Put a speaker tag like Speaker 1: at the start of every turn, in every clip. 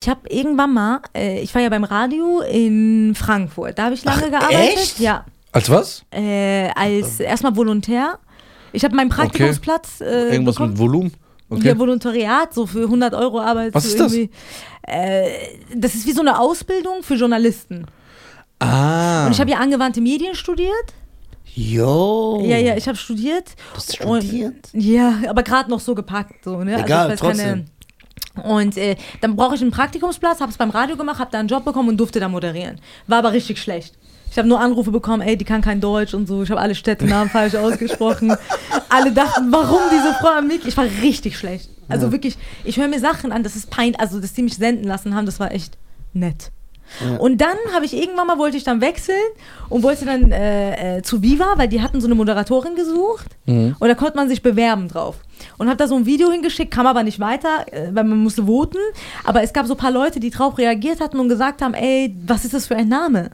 Speaker 1: Ich habe irgendwann mal, äh, ich war ja beim Radio in Frankfurt. Da habe ich lange
Speaker 2: Ach,
Speaker 1: gearbeitet.
Speaker 2: echt?
Speaker 1: Ja.
Speaker 3: Als was?
Speaker 1: Äh,
Speaker 3: Ähm.
Speaker 1: als erstmal Volontär. Ich habe meinen Praktikumsplatz äh,
Speaker 3: Irgendwas
Speaker 1: bekommen.
Speaker 3: mit Volumen? Okay.
Speaker 1: Ja, Volontariat, so für 100 Euro Arbeit.
Speaker 3: Was
Speaker 1: so
Speaker 3: ist das?
Speaker 1: irgendwie. Äh, das ist wie so eine Ausbildung für Journalisten.
Speaker 3: ah.
Speaker 1: Und ich habe ja angewandte Medien studiert.
Speaker 2: Jo.
Speaker 1: Ja, ja, ich habe studiert.
Speaker 2: Hast Oh. du
Speaker 1: Und-
Speaker 2: studiert?
Speaker 1: Ja, aber gerade noch so gepackt. So, ne?
Speaker 2: Egal,
Speaker 1: ich weiß keine- Und äh, dann brauche ich einen Praktikumsplatz, habe es beim Radio gemacht, habe da einen Job bekommen und durfte da moderieren. War aber richtig schlecht. Ich habe nur Anrufe bekommen, ey, die kann kein Deutsch und so. Ich habe alle Städtenamen falsch ausgesprochen. Alle dachten, warum diese Frau am Mic? Ich war richtig schlecht. Also wirklich, ich höre mir Sachen an, das ist peinlich. Also, dass die mich senden lassen haben, das war echt nett. Und dann habe ich irgendwann mal, wollte ich dann wechseln und wollte dann äh, äh, zu Viva, weil die hatten so eine Moderatorin gesucht und da konnte man sich bewerben drauf. Und habe da so ein Video hingeschickt, kam aber nicht weiter, äh, weil man musste voten. Aber es gab so ein paar Leute, die drauf reagiert hatten und gesagt haben, ey, was ist das für ein Name?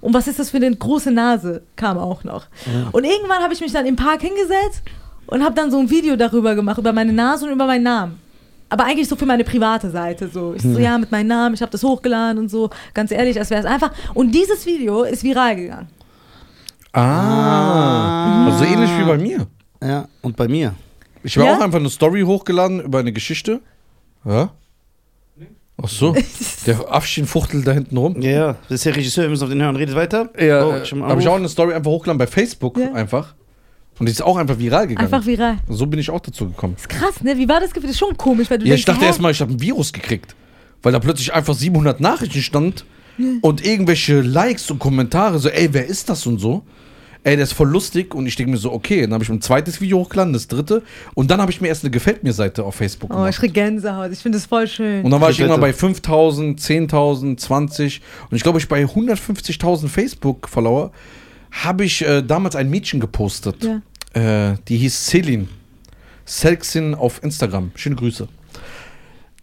Speaker 1: Und was ist das für eine große Nase? Kam auch noch. Und irgendwann habe ich mich dann im Park hingesetzt und habe dann so ein Video darüber gemacht, über meine Nase und über meinen Namen. Aber eigentlich so für meine private Seite. So, ich so ja, mit meinem Namen, ich habe das hochgeladen und so. Ganz ehrlich, als wäre es einfach. Und dieses Video ist viral gegangen.
Speaker 3: ah. Also ähnlich wie bei mir.
Speaker 2: Ja, und bei mir.
Speaker 3: Ich habe
Speaker 1: Ja?
Speaker 3: auch einfach eine Story hochgeladen über eine Geschichte. Ja? Ach so. Der Afschin fuchtelt da hinten rum.
Speaker 2: Ja, ja. Das ist der Regisseur, wir müssen auf den hören. Redet weiter.
Speaker 3: Ja,
Speaker 2: Oh,
Speaker 3: äh,
Speaker 2: ich hab einen
Speaker 3: habe ich auch
Speaker 2: Anruf.
Speaker 3: eine Story einfach hochgeladen bei Facebook
Speaker 1: Ja.
Speaker 3: einfach. Und die ist auch einfach viral gegangen.
Speaker 1: Einfach viral.
Speaker 3: so bin ich auch dazu gekommen.
Speaker 1: Ist krass, ne? Wie war das Gefühl? Das ist schon komisch, weil du
Speaker 3: Ja,
Speaker 1: denkst,
Speaker 3: ich dachte
Speaker 1: hä?
Speaker 3: erstmal, ich habe ein Virus gekriegt, weil da plötzlich einfach 700 Nachrichten stand und irgendwelche Likes und Kommentare so, ey, wer ist das und so. Ey, der ist voll lustig und ich denke mir so, okay, dann habe ich ein zweites Video hochgeladen, das dritte und dann habe ich mir erst eine gefällt mir Seite auf Facebook
Speaker 1: Oh,
Speaker 3: gemacht.
Speaker 1: ich krieg Gänsehaut. Ich finde das voll schön.
Speaker 3: Und dann war ich
Speaker 2: Komplette.
Speaker 3: irgendwann bei 5000, 10.000, 20 und ich glaube, ich bei 150.000 Facebook-Follower habe ich äh, damals ein Mädchen gepostet.
Speaker 1: Ja.
Speaker 3: Äh, die hieß Selin. Selxin auf Instagram. Schöne Grüße.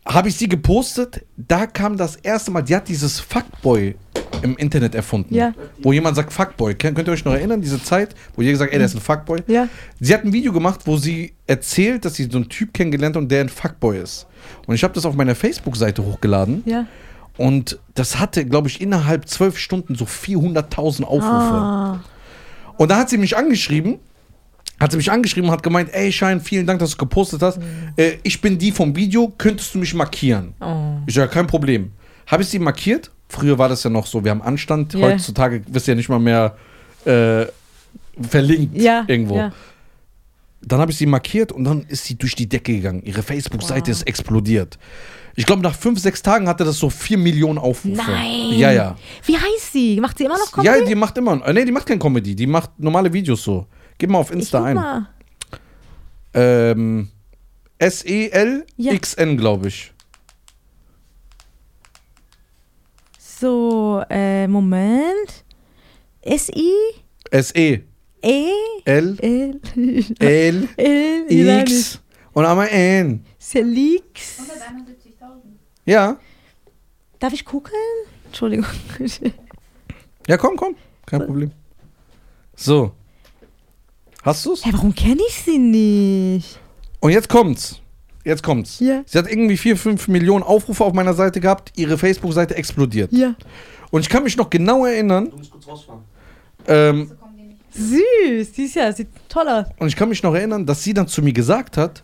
Speaker 3: Habe ich sie gepostet, da kam das erste Mal, die hat dieses Fuckboy im Internet erfunden.
Speaker 1: Ja.
Speaker 3: Wo jemand sagt Fuckboy. Könnt könnt ihr euch noch erinnern, diese Zeit, wo jeder sagt, ey, der ist ein Fuckboy?
Speaker 1: Ja.
Speaker 3: Sie hat ein Video gemacht, wo sie erzählt, dass sie so einen Typ kennengelernt hat und der ein Fuckboy ist. Und ich habe das auf meiner Facebook-Seite hochgeladen.
Speaker 1: ja.
Speaker 3: Und das hatte, glaube ich, innerhalb zwölf Stunden so 400.000 Aufrufe.
Speaker 1: Ah.
Speaker 3: Und da hat sie mich angeschrieben. Hat sie mich angeschrieben und hat gemeint, ey Schein, vielen Dank, dass du gepostet hast. Äh, ich bin die vom Video, könntest du mich markieren?
Speaker 1: Mhm. Oh.
Speaker 3: Ich sage, kein Problem. Habe ich sie markiert? Früher war das ja noch so, wir haben Anstand.
Speaker 1: Ja.
Speaker 3: Heutzutage wirst du ja nicht mal mehr äh, verlinkt
Speaker 1: Ja.
Speaker 3: irgendwo.
Speaker 1: Ja.
Speaker 3: Dann habe ich sie markiert und dann ist sie durch die Decke gegangen. Ihre Facebook-Seite ist explodiert. Ich glaube, nach fünf, sechs Tagen hatte das so vier Millionen Aufrufe.
Speaker 1: Nein.
Speaker 3: Ja, ja.
Speaker 1: Wie heißt sie? Macht sie immer noch Comedy?
Speaker 3: Ja, die macht immer. äh, Nee, die macht kein Comedy. Die macht normale Videos so. Gib mal auf
Speaker 1: ich
Speaker 3: Insta
Speaker 1: guck
Speaker 3: ein.
Speaker 1: mal.
Speaker 3: Ähm, E S-E-L-X-N, glaube ich.
Speaker 1: So, äh, Moment. S-I-E.
Speaker 3: E
Speaker 1: L.
Speaker 3: S-E-L-L-X
Speaker 1: L. wie sag ich?
Speaker 3: und einmal N.
Speaker 1: Selix.
Speaker 4: 171.000.
Speaker 3: Ja.
Speaker 1: Darf ich gucken? Entschuldigung.
Speaker 3: Ja, komm, komm. Kein Problem. So. Hast du's?
Speaker 1: Hä, warum kenne ich sie nicht?
Speaker 3: Und jetzt kommt's. Jetzt kommt's.
Speaker 1: Ja.
Speaker 3: Sie hat irgendwie 4, 5 Millionen Aufrufe auf meiner Seite gehabt. Ihre Facebook-Seite explodiert.
Speaker 1: Ja.
Speaker 3: Und ich kann mich noch genau erinnern.
Speaker 2: Du musst kurz rausfahren.
Speaker 3: Ähm,
Speaker 4: So kommen die nicht.
Speaker 1: Süß, die ist ja, sieht toll aus.
Speaker 3: Und ich kann mich noch erinnern, dass sie dann zu mir gesagt hat,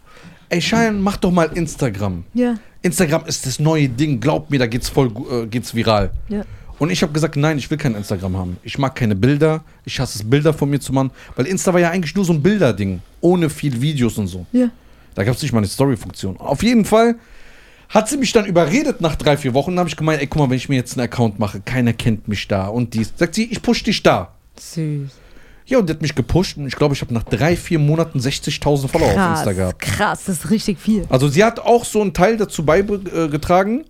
Speaker 3: ey Schein, mach doch mal Instagram.
Speaker 1: Ja,
Speaker 3: Instagram ist das neue Ding, glaub mir, da geht's voll gu- äh, geht's viral.
Speaker 1: ja.
Speaker 3: Und ich habe gesagt, nein, ich will kein Instagram haben. Ich mag keine Bilder, ich hasse es Bilder von mir zu machen, weil Insta war ja eigentlich nur so ein Bilderding, ohne viel Videos und so.
Speaker 1: Ja.
Speaker 3: Da gab's nicht mal eine Story Funktion. Auf jeden Fall hat sie mich dann überredet nach drei, vier Wochen, habe ich gemeint, ey, guck mal, wenn ich mir jetzt einen Account mache, keiner kennt mich da und dies. Sagt sie, ich push dich da.
Speaker 1: Süß.
Speaker 3: Ja, und die hat mich gepusht und ich glaube, ich habe nach drei, vier Monaten 60.000 Follower Oh, auf
Speaker 1: Krass,
Speaker 3: Insta gehabt.
Speaker 1: krass, das ist richtig viel.
Speaker 3: Also sie hat auch so einen Teil dazu beigetragen,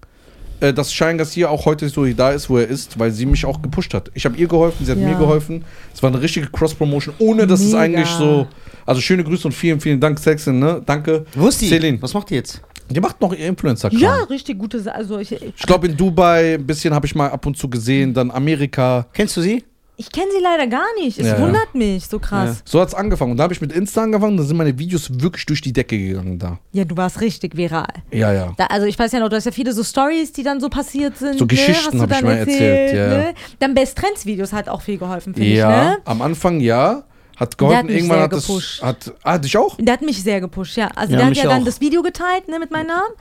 Speaker 3: äh, dass Shine Garcia auch heute so da ist, wo er ist, weil sie mich auch gepusht hat. Ich habe ihr geholfen, sie hat
Speaker 1: Ja.
Speaker 3: mir geholfen. Es war eine richtige Cross-Promotion, ohne dass es
Speaker 1: Mega.
Speaker 3: eigentlich so... Also schöne Grüße und vielen, vielen Dank, Sexin, ne? Danke.
Speaker 2: Wo ist die?
Speaker 3: Celine.
Speaker 2: Was macht die jetzt?
Speaker 3: Die macht noch ihr influencer -Kram.
Speaker 1: Ja, richtig gute Sache. Also ich,
Speaker 3: Ich glaube, in Dubai ein bisschen habe ich mal ab und zu gesehen, dann Amerika.
Speaker 2: Kennst du sie?
Speaker 1: Ich kenne sie leider gar nicht. Es
Speaker 3: Ja, ja.
Speaker 1: wundert mich so krass.
Speaker 3: So hat's angefangen. Und da habe ich mit Insta angefangen, da sind meine Videos wirklich durch die Decke gegangen da.
Speaker 1: Ja, du warst richtig viral.
Speaker 3: Ja, ja.
Speaker 1: Da, also ich weiß ja noch, du hast ja viele so Stories, die dann so passiert sind.
Speaker 3: So
Speaker 1: ne?
Speaker 3: Geschichten
Speaker 1: Hast du
Speaker 3: hab ich
Speaker 1: dann
Speaker 3: mal erzählt, ja.
Speaker 1: Ne? Dann Best Trends Videos hat auch viel geholfen, finde
Speaker 3: ja,
Speaker 1: ich. Ne?
Speaker 3: am Anfang ja. Hat
Speaker 1: Der hat
Speaker 3: geholfen,
Speaker 1: mich
Speaker 3: irgendwann
Speaker 1: sehr
Speaker 3: hat das.
Speaker 1: gepusht.
Speaker 3: Hat, ah, dich auch?
Speaker 1: Der hat mich sehr gepusht, ja. Also
Speaker 2: Ja,
Speaker 1: der hat
Speaker 2: mich
Speaker 1: ja dann
Speaker 2: auch.
Speaker 1: das Video geteilt ne, mit meinem Namen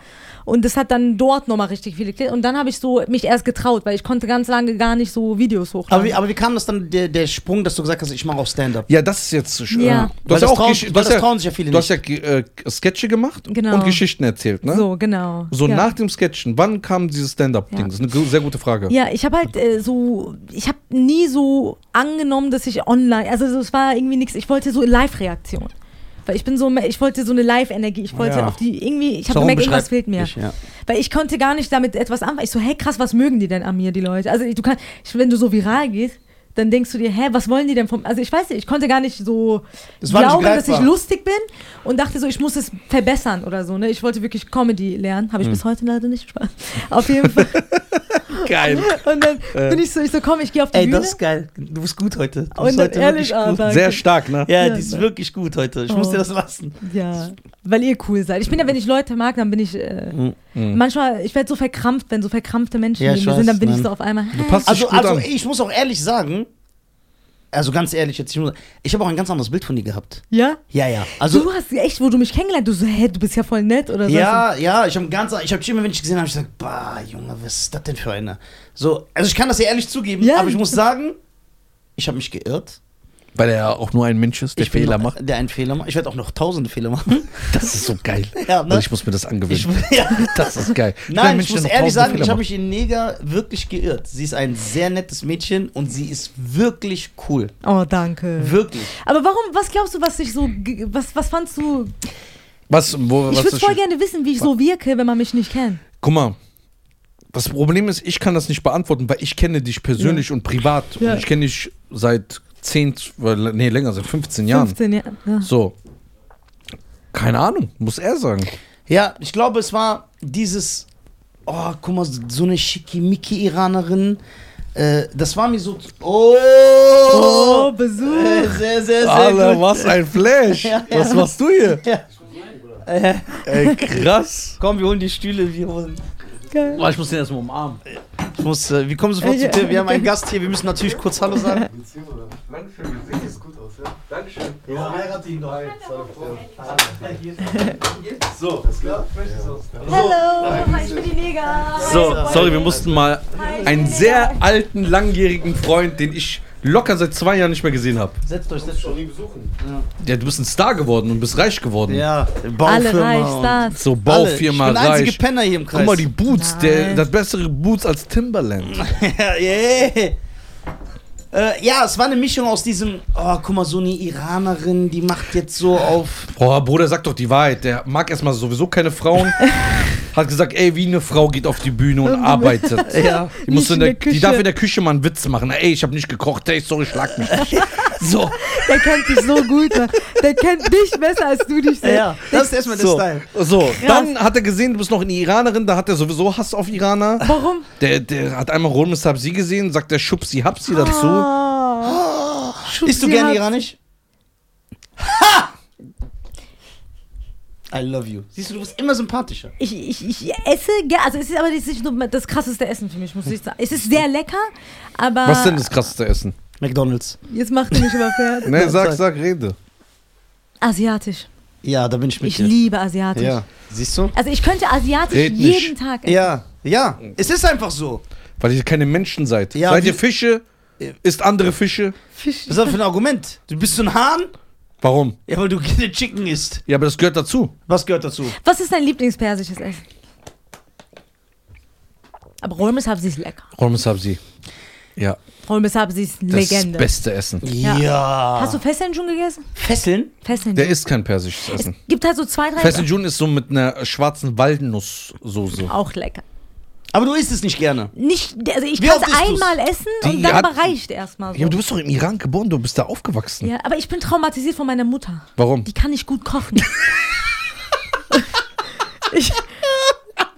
Speaker 1: und das hat dann dort nochmal richtig viele Klicks. Und dann habe ich so mich erst getraut, weil ich konnte ganz lange gar nicht so Videos hochladen.
Speaker 2: Aber wie, aber wie kam das dann, der, der Sprung, dass du gesagt hast, ich mache auch Stand-up?
Speaker 3: Ja, das ist jetzt. äh,
Speaker 1: Ja.
Speaker 3: Du
Speaker 2: Weil
Speaker 3: hast ja
Speaker 2: das
Speaker 3: auch
Speaker 2: trauen-
Speaker 3: Gesch-
Speaker 2: weil
Speaker 3: du hast
Speaker 2: das trauen sich ja viele
Speaker 3: Du hast ja äh, Sketche gemacht
Speaker 1: Genau.
Speaker 3: und Geschichten erzählt, ne? So,
Speaker 1: So, genau. ja.
Speaker 3: nach dem Sketchen, wann kam dieses Stand-Up-Ding?
Speaker 1: Ja.
Speaker 3: Das ist eine gu- sehr gute Frage.
Speaker 1: Ja, ich habe halt äh, so, ich habe nie so angenommen, dass ich online, also so, es war irgendwie nichts, ich wollte so Live-Reaktion. Weil ich bin so, ich wollte so eine Live-Energie, ich wollte
Speaker 3: Ja.
Speaker 1: auf die, irgendwie, ich habe
Speaker 2: Warum
Speaker 1: gemerkt, irgendwas
Speaker 2: beschreibt-
Speaker 1: fehlt mir.
Speaker 2: Ich, ja.
Speaker 1: Weil ich konnte gar nicht damit etwas anfangen. Ich so, hey krass, was mögen die denn an mir, die Leute? Also ich- du kannst, ich- wenn du so viral gehst, dann denkst du dir, hä, was wollen die denn vom. Also ich weiß nicht, ich konnte gar nicht so
Speaker 2: Das war nicht
Speaker 1: glauben, dass ich
Speaker 2: greifbar.
Speaker 1: lustig bin und dachte so, ich muss es verbessern oder so. Ne? Ich wollte wirklich Comedy lernen.
Speaker 2: Hm.
Speaker 1: Habe ich bis heute leider nicht Spaß. Auf jeden Fall.
Speaker 3: Geil.
Speaker 1: Und dann bin ich so, ich so, komm, ich gehe auf die
Speaker 2: Äh. Ey,
Speaker 1: Bühne.
Speaker 2: das ist geil. Du bist gut heute. Du
Speaker 1: Und
Speaker 2: bist
Speaker 1: dann
Speaker 2: heute
Speaker 1: ehrlich,
Speaker 2: wirklich
Speaker 1: ah,
Speaker 2: gut.
Speaker 1: danke.
Speaker 3: Sehr stark, ne?
Speaker 2: Ja,
Speaker 1: Ja,
Speaker 2: die ist
Speaker 1: ne?
Speaker 2: wirklich gut heute. Ich muss
Speaker 1: Oh.
Speaker 2: dir das lassen.
Speaker 1: Ja, weil ihr cool seid. Ich bin ja, wenn ich Leute mag, dann bin ich. Äh, Manchmal, ich werde so verkrampft, wenn so verkrampfte Menschen
Speaker 2: Hm, Ja,
Speaker 1: neben
Speaker 2: ich
Speaker 1: mir sind, dann
Speaker 2: weiß,
Speaker 1: bin ich
Speaker 2: Mann.
Speaker 1: so auf einmal.
Speaker 3: Du
Speaker 1: hä?
Speaker 3: passt dich
Speaker 2: Also,
Speaker 3: gut
Speaker 2: also
Speaker 3: an.
Speaker 2: ich muss auch ehrlich sagen, also ganz ehrlich jetzt, ich, muss- ich habe auch ein ganz anderes Bild von dir gehabt.
Speaker 1: Ja?
Speaker 2: Ja, ja. Also,
Speaker 1: du hast echt, wo du mich kennengelernt hast, du so, hä, du bist ja voll nett oder so.
Speaker 2: ja, ja, ich habe ganz, ich habe dich immer, wenn ich dich gesehen habe, ich gesagt, bah, Junge, was ist das denn für eine? So, also ich kann das ja ehrlich zugeben,
Speaker 1: Ja.
Speaker 2: aber ich muss sagen, ich habe mich geirrt.
Speaker 3: Weil er ja auch nur ein Mensch ist, der
Speaker 2: ich bin
Speaker 3: Fehler
Speaker 2: noch,
Speaker 3: macht.
Speaker 2: Der einen Fehler macht. Ich werde auch noch tausende Fehler
Speaker 1: Hm?
Speaker 2: machen.
Speaker 3: Das ist so geil.
Speaker 2: Ja, ne?
Speaker 3: Und ich muss mir das
Speaker 2: Ich,
Speaker 3: angewöhnen.
Speaker 2: ja.
Speaker 3: Das ist geil. bin ein
Speaker 2: Nein,
Speaker 3: Mensch,
Speaker 2: ich
Speaker 3: der
Speaker 2: muss
Speaker 3: noch
Speaker 2: ehrlich
Speaker 3: tausende
Speaker 2: sagen,
Speaker 3: Fehler
Speaker 2: ich habe
Speaker 3: macht.
Speaker 2: mich in Neger wirklich geirrt. Sie ist ein sehr nettes Mädchen und sie ist wirklich cool.
Speaker 1: Oh, danke.
Speaker 2: Wirklich.
Speaker 1: Aber warum, was glaubst du, was dich so, ge- was, was fandst du,
Speaker 3: Was, wo,
Speaker 1: ich
Speaker 3: was
Speaker 1: würde
Speaker 3: ist
Speaker 1: voll gerne wissen, wie ich so wirke, wenn man mich nicht kennt.
Speaker 3: Guck mal, das Problem ist, ich kann das nicht beantworten, weil ich kenne dich persönlich und privat.
Speaker 1: Ja.
Speaker 3: Und ich kenne dich seit 10, weil- nee, länger, seit 15 Jahren.
Speaker 1: 15 Jahre. Ja.
Speaker 3: So. Keine Ahnung, muss er sagen.
Speaker 2: Ja, ich glaube, es war dieses, oh, guck mal, so eine Schickimicki-Iranerin. Äh, das war mir so, oh,
Speaker 1: Oh, Besuch.
Speaker 2: Äh, sehr, sehr, sehr
Speaker 3: Alter,
Speaker 2: gut.
Speaker 3: was ein Flash.
Speaker 2: Ja, ja.
Speaker 3: Was machst du hier?
Speaker 2: Ja.
Speaker 3: Ey, krass.
Speaker 2: Komm, wir holen die Stühle, wir holen.
Speaker 1: Geil.
Speaker 3: Ich muss den erstmal umarmen.
Speaker 2: Ich muss, äh, wir kommen sofort
Speaker 1: Äh, ja.
Speaker 2: zu dir, wir haben einen Gast hier, wir müssen natürlich kurz Hallo sagen.
Speaker 4: Dankeschön, ihr seht jetzt gut aus, ja? Dankeschön.
Speaker 2: Ja, heirate ihn doch.
Speaker 4: So, ist klar? Ja.
Speaker 1: Hello, hi, ich bin die Neger.
Speaker 3: So, sorry, wir mussten mal einen sehr alten, langjährigen Freund, den ich locker seit zwei Jahren nicht mehr gesehen habe.
Speaker 2: Setzt euch, setzt euch.
Speaker 3: Ja, du bist ein Star geworden und bist reich geworden.
Speaker 2: Ja,
Speaker 1: Alle
Speaker 2: Baufirma
Speaker 1: reich,
Speaker 2: und-
Speaker 1: Stars.
Speaker 3: So
Speaker 2: Alle.
Speaker 3: Baufirma
Speaker 2: Ich bin der einzige
Speaker 3: reich.
Speaker 2: Penner hier im Kreis.
Speaker 3: Guck mal, die Boots, der,
Speaker 1: Nein.
Speaker 3: das bessere Boots als Timberland.
Speaker 2: Ja, yeah. Äh, ja, es war eine Mischung aus diesem, oh, guck mal, so eine Iranerin, die macht jetzt so auf.
Speaker 3: Boah, Bruder, sag doch die Wahrheit. Der mag erstmal sowieso keine Frauen. Hat gesagt, ey, wie eine Frau geht auf die Bühne und arbeitet.
Speaker 2: Ja.
Speaker 3: Die, muss
Speaker 1: Nicht
Speaker 3: in
Speaker 1: in
Speaker 3: der,
Speaker 1: der
Speaker 3: die darf
Speaker 1: Küche.
Speaker 3: in der Küche mal einen Witz machen. Ey, ich habe nicht gekocht. Ey, sorry, schlag mich. nicht. so,
Speaker 1: Der kennt dich so gut. ne? Der kennt dich besser, als du dich selbst.
Speaker 2: Ja, äh, das ist erstmal der
Speaker 3: so,
Speaker 2: Style.
Speaker 3: so. Dann hat er gesehen, du bist noch eine Iranerin. Da hat er sowieso Hass auf Iraner.
Speaker 1: Warum?
Speaker 3: Der, der hat einmal Roll Mr. Habsi gesehen, sagt der Schubsi Habsi dazu.
Speaker 1: Oh.
Speaker 2: Isst du
Speaker 1: Sie
Speaker 2: gerne
Speaker 1: hat-
Speaker 2: iranisch? Ha! I love you. Siehst du, du bist immer sympathischer.
Speaker 1: Ich, ich, ich esse gerne, also es ist aber nicht nur das krasseste Essen für mich, muss ich sagen. Es ist sehr lecker, aber
Speaker 3: Was denn das krasseste Essen?
Speaker 2: McDonalds.
Speaker 1: jetzt macht ihr mich immer fertig.
Speaker 3: Ne, sag, sag, rede.
Speaker 1: Asiatisch.
Speaker 2: Ja, da bin ich mit
Speaker 1: Ich
Speaker 2: dir.
Speaker 1: liebe asiatisch.
Speaker 2: Ja, siehst du?
Speaker 1: Also ich könnte asiatisch
Speaker 3: Red nicht.
Speaker 1: jeden Tag essen.
Speaker 2: Ja, ja. Es ist einfach so.
Speaker 3: Weil ihr keine Menschen seid.
Speaker 2: Ja,
Speaker 3: seid
Speaker 2: wie- Äh,
Speaker 3: ihr Fische? Isst andere Fische?
Speaker 1: Fisch.
Speaker 2: Was ist das für ein Argument? Du bist so ein Hahn?
Speaker 3: Warum?
Speaker 2: Ja, weil du gerne Chicken isst.
Speaker 3: Ja, aber das gehört dazu.
Speaker 2: Was gehört dazu?
Speaker 1: Was ist dein Lieblingspersisches Essen? Aber Rolmes haben sie ist lecker.
Speaker 3: Rommes Habsi. Ja,
Speaker 1: Rolmes haben sie ist
Speaker 3: das
Speaker 1: Legende.
Speaker 3: beste Essen.
Speaker 1: Ja.
Speaker 2: ja.
Speaker 1: Hast du Fesseln schon gegessen?
Speaker 2: Fesseln?
Speaker 1: Fesseln.
Speaker 3: Der isst kein persisches Essen.
Speaker 1: Gibt halt so zwei, drei.
Speaker 3: Fessin June ist so mit einer schwarzen Walnusssoße.
Speaker 1: Auch lecker.
Speaker 2: Aber du isst es nicht gerne.
Speaker 1: Nicht, also ich
Speaker 2: Wie
Speaker 1: kann
Speaker 2: oft
Speaker 1: es
Speaker 2: isst du's?
Speaker 1: einmal essen
Speaker 3: Die
Speaker 1: und dann
Speaker 3: hat-
Speaker 1: aber reicht erstmal so.
Speaker 3: Ja, aber du bist doch im Iran geboren, du bist da aufgewachsen.
Speaker 1: Ja, aber ich bin traumatisiert von meiner Mutter.
Speaker 2: Um.
Speaker 3: Warum?
Speaker 1: Die kann nicht gut kochen. ich,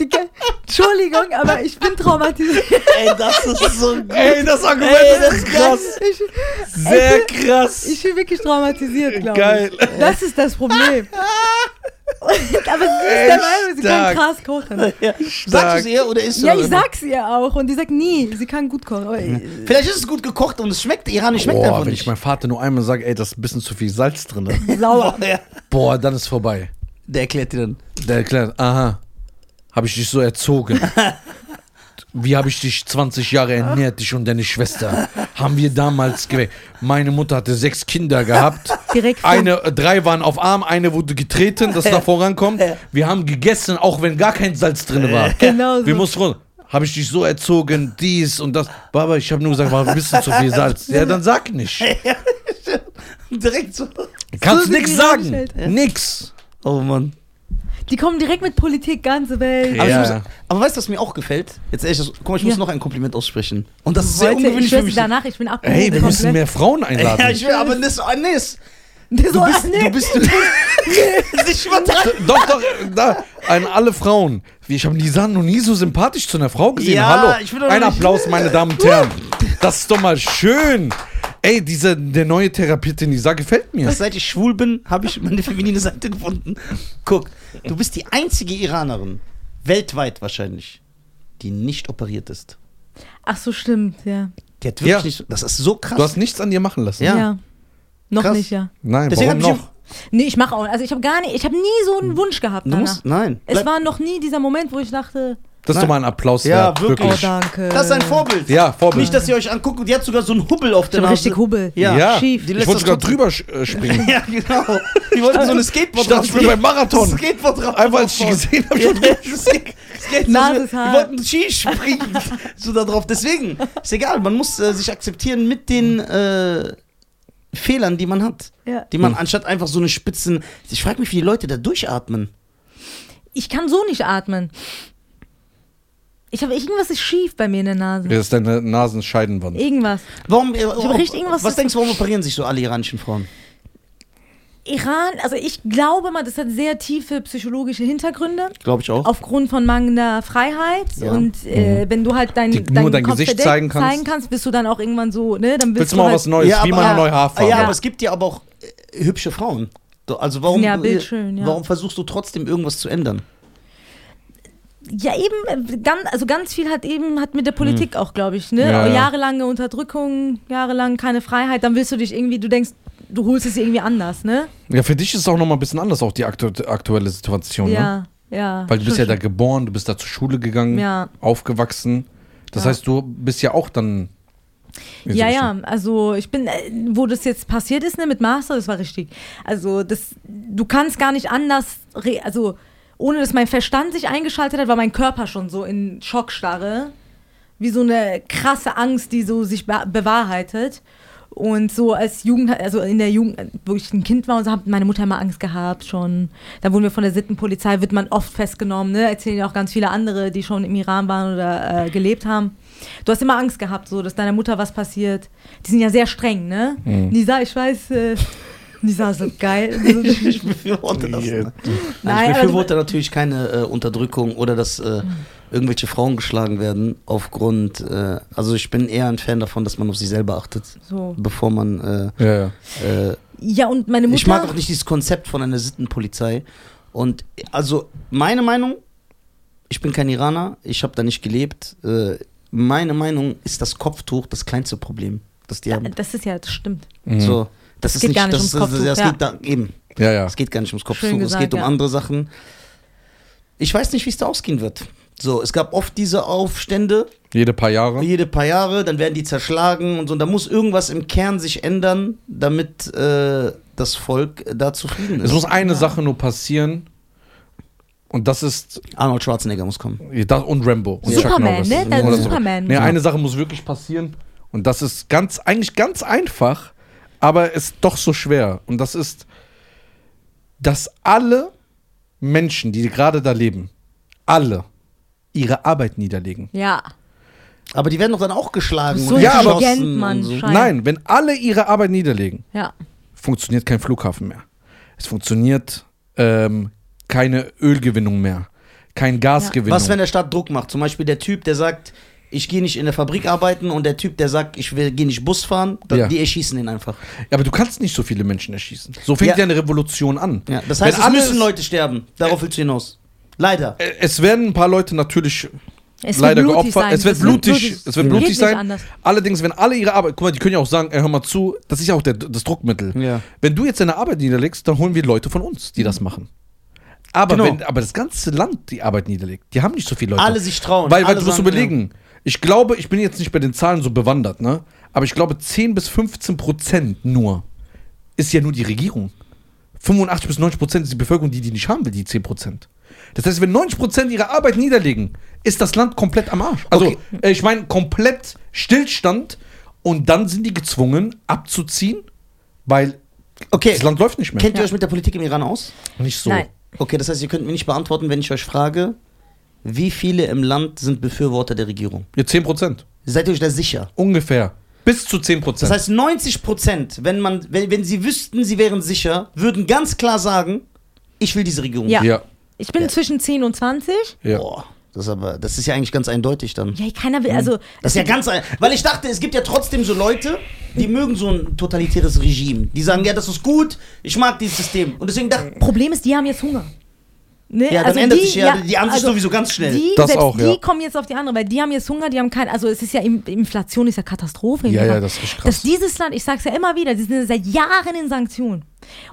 Speaker 1: die, kann, Entschuldigung, aber ich bin traumatisiert.
Speaker 2: Ey, das ist so gut.
Speaker 3: Ey, das Argument ist krass.
Speaker 1: Ich,
Speaker 3: Sehr krass.
Speaker 1: ich bin wirklich traumatisiert, glaube ich.
Speaker 3: Geil.
Speaker 1: Das ist das Problem. aber sie ist der Meinung, sie kann
Speaker 3: stark.
Speaker 1: krass kochen.
Speaker 2: Sagst du es ihr oder isst du
Speaker 1: Ja,
Speaker 2: das
Speaker 1: ich
Speaker 2: immer?
Speaker 1: sag's ihr auch. Und die sagt nie, sie kann gut kochen. Aber ich-
Speaker 2: Vielleicht ist es gut gekocht und es schmeckt, iranisch schmeckt
Speaker 3: Boah,
Speaker 2: einfach
Speaker 3: wenn
Speaker 2: nicht.
Speaker 3: ich meinem Vater nur einmal sage, ey, da ist ein bisschen zu viel Salz drin.
Speaker 1: Sauer.
Speaker 2: ja.
Speaker 3: Boah, dann ist vorbei.
Speaker 2: Der erklärt dir dann.
Speaker 3: Der erklärt, aha, habe ich dich so erzogen. Wie habe ich dich 20 Jahre ernährt, dich und deine Schwester? Haben wir damals gewe- Meine Mutter hatte sechs Kinder gehabt.
Speaker 1: Direkt von-
Speaker 3: Eine, äh, drei waren auf Arm, eine wurde getreten, dass da vorankommt. Wir haben gegessen, auch wenn gar kein Salz drin war.
Speaker 1: Genau so.
Speaker 3: Wir mussten runter. Habe ich dich so erzogen, dies und das. Baba, ich habe nur gesagt, war ein bisschen zu viel Salz. Ja, dann sag nicht.
Speaker 2: Direkt so.
Speaker 3: Kannst
Speaker 1: So
Speaker 3: nix
Speaker 1: sind die
Speaker 3: sagen.
Speaker 1: Leute.
Speaker 3: Nix.
Speaker 2: Oh Mann.
Speaker 1: Die kommen direkt mit Politik, ganze Welt.
Speaker 3: Ja.
Speaker 2: Aber, ich muss, aber weißt du, was mir auch gefällt? Jetzt ehrlich, das- guck mal, ich muss
Speaker 1: Ja.
Speaker 2: noch ein Kompliment aussprechen. Und das ist sehr
Speaker 1: Leute, ich
Speaker 2: ungewöhnlich für
Speaker 1: schwör's
Speaker 2: mich.
Speaker 1: danach, ich bin abgehoben.
Speaker 3: Ey, wir müssen
Speaker 1: komplett.
Speaker 3: mehr Frauen
Speaker 2: Ja,
Speaker 3: einladen.
Speaker 2: ich will, aber Nis, ah, Nis,
Speaker 1: Die so,
Speaker 2: du bist,
Speaker 1: ah, nee.
Speaker 2: du bist, du bist nicht übertreiben.
Speaker 3: Doch, doch, da, an alle Frauen. Wie, Ich habe Lisan noch nie so sympathisch zu einer Frau gesehen.
Speaker 2: Ja,
Speaker 3: Hallo.
Speaker 2: ich bin doch
Speaker 3: Ein
Speaker 2: noch nicht-
Speaker 3: Applaus, meine Damen und Herren. Das ist doch mal schön. Ey, dieser, der neue Therapeut, den ich sage, gefällt mir.
Speaker 2: Was, seit ich schwul bin, habe ich meine feminine Seite gefunden. Guck, du bist die einzige Iranerin, weltweit wahrscheinlich, die nicht operiert ist.
Speaker 1: Ach so, stimmt, ja.
Speaker 2: Die hat wirklich
Speaker 3: Ja.
Speaker 2: nicht, das ist so krass.
Speaker 3: Du hast nichts an dir machen lassen.
Speaker 2: Ja.
Speaker 1: Noch
Speaker 2: Krass.
Speaker 1: nicht, ja.
Speaker 3: Nein,
Speaker 2: Deswegen
Speaker 3: warum
Speaker 2: hab ich
Speaker 3: noch?
Speaker 1: Nee, ich mache auch. Also ich habe gar nicht, ich habe nie so
Speaker 3: Hm.
Speaker 1: einen Wunsch gehabt
Speaker 2: Du
Speaker 1: danach.
Speaker 2: musst, nein.
Speaker 1: Es
Speaker 2: Bleib-
Speaker 1: war noch nie dieser Moment, wo ich dachte,
Speaker 3: Das ist doch mal ein Applaus
Speaker 2: Ja,
Speaker 3: wert.
Speaker 2: wirklich.
Speaker 1: oh
Speaker 3: wirklich.
Speaker 1: danke.
Speaker 2: das ist ein Vorbild.
Speaker 3: Ja, Vorbild.
Speaker 2: Nicht, dass ihr euch anguckt und die hat sogar so einen Hubbel auf der
Speaker 1: hab
Speaker 2: Nase.
Speaker 1: richtig Hubbel.
Speaker 2: Ja.
Speaker 3: ja.
Speaker 1: Schief.
Speaker 2: Die
Speaker 3: Ich
Speaker 2: lässt
Speaker 3: wollte
Speaker 2: das
Speaker 3: sogar
Speaker 2: trotzdem-
Speaker 3: drüber sch- äh, springen.
Speaker 2: Ja, genau. Die wollten so eine Skateboard
Speaker 3: Ich dachte, ich bin beim Marathon.
Speaker 2: Skateboard drauf.
Speaker 3: Einfach als ich die gesehen habe, schon
Speaker 1: Nase ist
Speaker 2: Wir
Speaker 1: hart.
Speaker 2: wollten Ski springen. so da drauf. Deswegen, ist egal, man muss äh, sich akzeptieren mit den äh, Fehlern, die man hat.
Speaker 1: Ja.
Speaker 2: Die
Speaker 3: Hm.
Speaker 2: man anstatt einfach so eine Spitzen. Ich frage mich, wie die Leute da durchatmen.
Speaker 1: Ich kann so nicht atmen. Ich habe irgendwas ist schief bei mir in der Nase.
Speaker 3: Das ist deine Nasenscheidenwand.
Speaker 1: Irgendwas.
Speaker 2: Warum, ich
Speaker 1: richtig irgendwas-
Speaker 2: was denkst du, warum operieren sich so alle iranischen Frauen?
Speaker 1: Iran, also ich glaube mal, das hat sehr tiefe psychologische Hintergründe.
Speaker 2: Glaube ich auch.
Speaker 1: Aufgrund von mangelnder Freiheit
Speaker 2: Ja.
Speaker 1: und äh, wenn du halt dein,
Speaker 3: Mhm. Die-
Speaker 1: dein,
Speaker 3: nur dein
Speaker 1: Kopf
Speaker 3: Gesicht
Speaker 1: verdeckt
Speaker 3: zeigen kannst.
Speaker 1: zeigen kannst, bist du dann auch irgendwann so, ne? Dann bist
Speaker 3: Willst du mal
Speaker 1: halt,
Speaker 3: was Neues? wie man eine neue Haarfarbe.
Speaker 2: Ja, aber es gibt ja aber auch äh, hübsche Frauen. So, Also warum,
Speaker 1: Ja, bildschön, ja.
Speaker 2: warum versuchst du trotzdem irgendwas zu ändern?
Speaker 1: Ja, eben, äh, ganz, also ganz viel hat eben, hat mit der Politik auch, glaube ich, ne?
Speaker 3: Hm. Ja, ja.
Speaker 1: Jahrelange Unterdrückung, jahrelang keine Freiheit, dann willst du dich irgendwie, du denkst, du holst es irgendwie anders, ne?
Speaker 3: Ja, für dich ist es auch nochmal ein bisschen anders, auch die aktu aktuelle Situation, ne?
Speaker 1: Ja, ja.
Speaker 3: Weil du bist ja
Speaker 1: schon,
Speaker 3: da geboren, du bist da zur Schule gegangen,
Speaker 1: Ja.
Speaker 3: aufgewachsen. Das heißt, du bist ja auch dann. in so
Speaker 1: Ja, ja,
Speaker 3: Richtung-
Speaker 1: also ich bin, äh, wo das jetzt passiert ist, ne, mit Master, das war richtig. Also das, du kannst gar nicht anders, re also ohne dass mein Verstand sich eingeschaltet hat, war mein Körper schon so in Schockstarre, wie so eine krasse Angst, die so sich be bewahrheitet. Und so als Jugend, also in der Jugend, äh, wo ich ein Kind war und so, hat meine Mutter immer Angst gehabt schon. Dann wurden wir von der Sittenpolizei, wird man oft festgenommen, ne? Erzählen ja auch ganz viele andere, die schon im Iran waren oder äh, gelebt haben. Du hast immer Angst gehabt, so, dass deiner Mutter was passiert. Die sind ja sehr streng, ne?
Speaker 2: Mhm.
Speaker 1: Nisa, ich weiß, äh, Nisa ist so geil.
Speaker 2: Ich befürworte das.
Speaker 3: Ja.
Speaker 2: Nein,
Speaker 1: Nein,
Speaker 2: ich
Speaker 1: aber-
Speaker 2: befürworte natürlich keine äh, Unterdrückung oder dass äh, irgendwelche Frauen geschlagen werden aufgrund. Äh, also ich bin eher ein Fan davon, dass man auf sich selber achtet,
Speaker 1: so.
Speaker 2: bevor man.
Speaker 3: Ja, ja.
Speaker 2: Äh, äh,
Speaker 1: Ja, und meine Mutter.
Speaker 2: ich mag auch nicht dieses Konzept von einer Sittenpolizei. Und äh, also meine Meinung, ich bin kein Iraner, ich habe da nicht gelebt. Äh, meine Meinung ist das Kopftuch das kleinste Problem, das die haben.
Speaker 1: Das ist ja, das stimmt.
Speaker 2: So, das ist
Speaker 1: geht
Speaker 2: nicht,
Speaker 1: gar nicht
Speaker 2: das,
Speaker 1: ums
Speaker 2: das, das,
Speaker 1: Kopftuch,
Speaker 2: das
Speaker 1: ja.
Speaker 2: geht da eben.
Speaker 3: ja, ja.
Speaker 2: Es geht gar nicht ums Kopftuch,
Speaker 1: Schön
Speaker 2: es
Speaker 1: gesagt,
Speaker 2: geht um
Speaker 1: ja.
Speaker 2: andere Sachen. Ich weiß nicht, wie es da ausgehen wird. So, es gab oft diese Aufstände,
Speaker 3: Jede paar Jahre.
Speaker 2: jede paar Jahre, dann werden die zerschlagen und so. Und da muss irgendwas im Kern sich ändern, damit äh, das Volk da zufrieden
Speaker 3: Es
Speaker 2: ist.
Speaker 3: muss eine Sache nur passieren. Und das ist.
Speaker 2: Arnold Schwarzenegger muss kommen.
Speaker 3: Das und Rambo. Und
Speaker 1: Superman, ne? Der
Speaker 3: Oder so.
Speaker 1: Superman.
Speaker 3: Nee, eine Sache muss wirklich passieren. Und das ist ganz, eigentlich ganz einfach, aber ist doch so schwer. Und das ist, dass alle Menschen, die gerade da leben, alle ihre Arbeit niederlegen.
Speaker 1: Ja.
Speaker 2: Aber die werden doch dann auch geschlagen
Speaker 1: So
Speaker 2: und
Speaker 3: Ja, aber-
Speaker 2: geschossen
Speaker 1: intelligent, Mann.
Speaker 2: und so.
Speaker 1: Scheiße.
Speaker 3: Nein, wenn alle ihre Arbeit niederlegen,
Speaker 1: Ja.
Speaker 3: funktioniert kein Flughafen mehr. Es funktioniert ähm, keine Ölgewinnung mehr. kein Gasgewinnung.
Speaker 2: Was, wenn der Staat Druck macht? Zum Beispiel der Typ, der sagt, ich gehe nicht in der Fabrik arbeiten und der Typ, der sagt, ich will gehe nicht Bus fahren, dann,
Speaker 3: Ja.
Speaker 2: die erschießen ihn einfach.
Speaker 3: ja, aber du kannst nicht so viele Menschen erschießen. So fängt ja,
Speaker 2: Ja.
Speaker 3: eine Revolution an.
Speaker 2: Ja, das heißt,
Speaker 3: wenn
Speaker 2: es
Speaker 3: alle-
Speaker 2: müssen Leute sterben. Darauf willst du hinaus. Leider.
Speaker 3: Äh, Es werden ein paar Leute natürlich
Speaker 1: Es
Speaker 3: leider
Speaker 1: blutig
Speaker 3: geopfert.
Speaker 1: sein.
Speaker 3: Es wird
Speaker 1: Das
Speaker 3: blutig. Es wird
Speaker 1: Geht
Speaker 3: blutig
Speaker 1: nicht
Speaker 3: sein.
Speaker 1: anders.
Speaker 3: Allerdings, wenn alle ihre Arbeit, guck mal, die können ja auch sagen, ey, hör mal zu, das ist ja auch der, das Druckmittel.
Speaker 2: Ja. Mhm.
Speaker 3: Wenn du jetzt deine Arbeit niederlegst, dann holen wir Leute von uns, die das machen. Aber,
Speaker 2: Genau.
Speaker 3: wenn, aber das ganze Land die Arbeit niederlegt, die haben nicht so viele Leute.
Speaker 2: Alle sich trauen.
Speaker 3: Weil, weil
Speaker 2: Alle
Speaker 3: du musst
Speaker 2: sagen,
Speaker 3: überlegen, ich glaube, ich bin jetzt nicht bei den Zahlen so bewandert, ne? Aber ich glaube, 10 bis 15 Prozent nur ist ja nur die Regierung. 85 bis 90 Prozent ist die Bevölkerung, die die nicht haben will, die 10 Prozent. Das heißt, wenn 90 Prozent ihre Arbeit niederlegen, ist das Land komplett am Arsch. Also,
Speaker 2: Okay.
Speaker 3: äh, ich meine, komplett Stillstand und dann sind die gezwungen, abzuziehen, weil
Speaker 2: genau. Okay,
Speaker 3: das Land läuft nicht mehr.
Speaker 2: kennt ihr euch mit der Politik im Iran aus?
Speaker 3: Nicht so.
Speaker 1: Nein.
Speaker 2: Okay, das heißt, ihr könnt mir nicht beantworten, wenn ich euch frage, wie viele im Land sind Befürworter der Regierung?
Speaker 3: Ja, 10 Prozent.
Speaker 2: Seid ihr euch da sicher?
Speaker 3: Ungefähr. Bis zu 10 Prozent.
Speaker 2: Das heißt, 90 Prozent, wenn, man, wenn, wenn sie wüssten, sie wären sicher, würden ganz klar sagen, ich will diese Regierung.
Speaker 1: Ja.
Speaker 3: ja.
Speaker 1: Ich bin
Speaker 2: Ja.
Speaker 1: zwischen 10 und 20.
Speaker 3: ja.
Speaker 2: Boah, das, ist aber, das ist ja eigentlich ganz eindeutig dann.
Speaker 1: Ja, keiner will, also.
Speaker 2: Das ist ja ganz ein, Weil ich dachte, es gibt ja trotzdem so Leute, die mögen so ein totalitäres Regime. Die sagen, ja, das ist gut, ich mag dieses System. Und deswegen dachte
Speaker 1: Problem ist, die haben jetzt Hunger. Ne?
Speaker 2: Ja, dann ändert sich ja die Ansicht sowieso ganz schnell.
Speaker 1: also Die,
Speaker 3: Das
Speaker 1: selbst
Speaker 3: auch,
Speaker 1: die
Speaker 3: ja.
Speaker 1: kommen jetzt auf die andere, weil die haben jetzt Hunger, die haben kein, also es ist ja, Im- Inflation ist ja Katastrophe. in
Speaker 3: Ja,
Speaker 1: Iran.
Speaker 3: ja, das ist richtig krass.
Speaker 1: Dass dieses Land, ich sag's ja immer wieder, die sind seit Jahren in Sanktionen.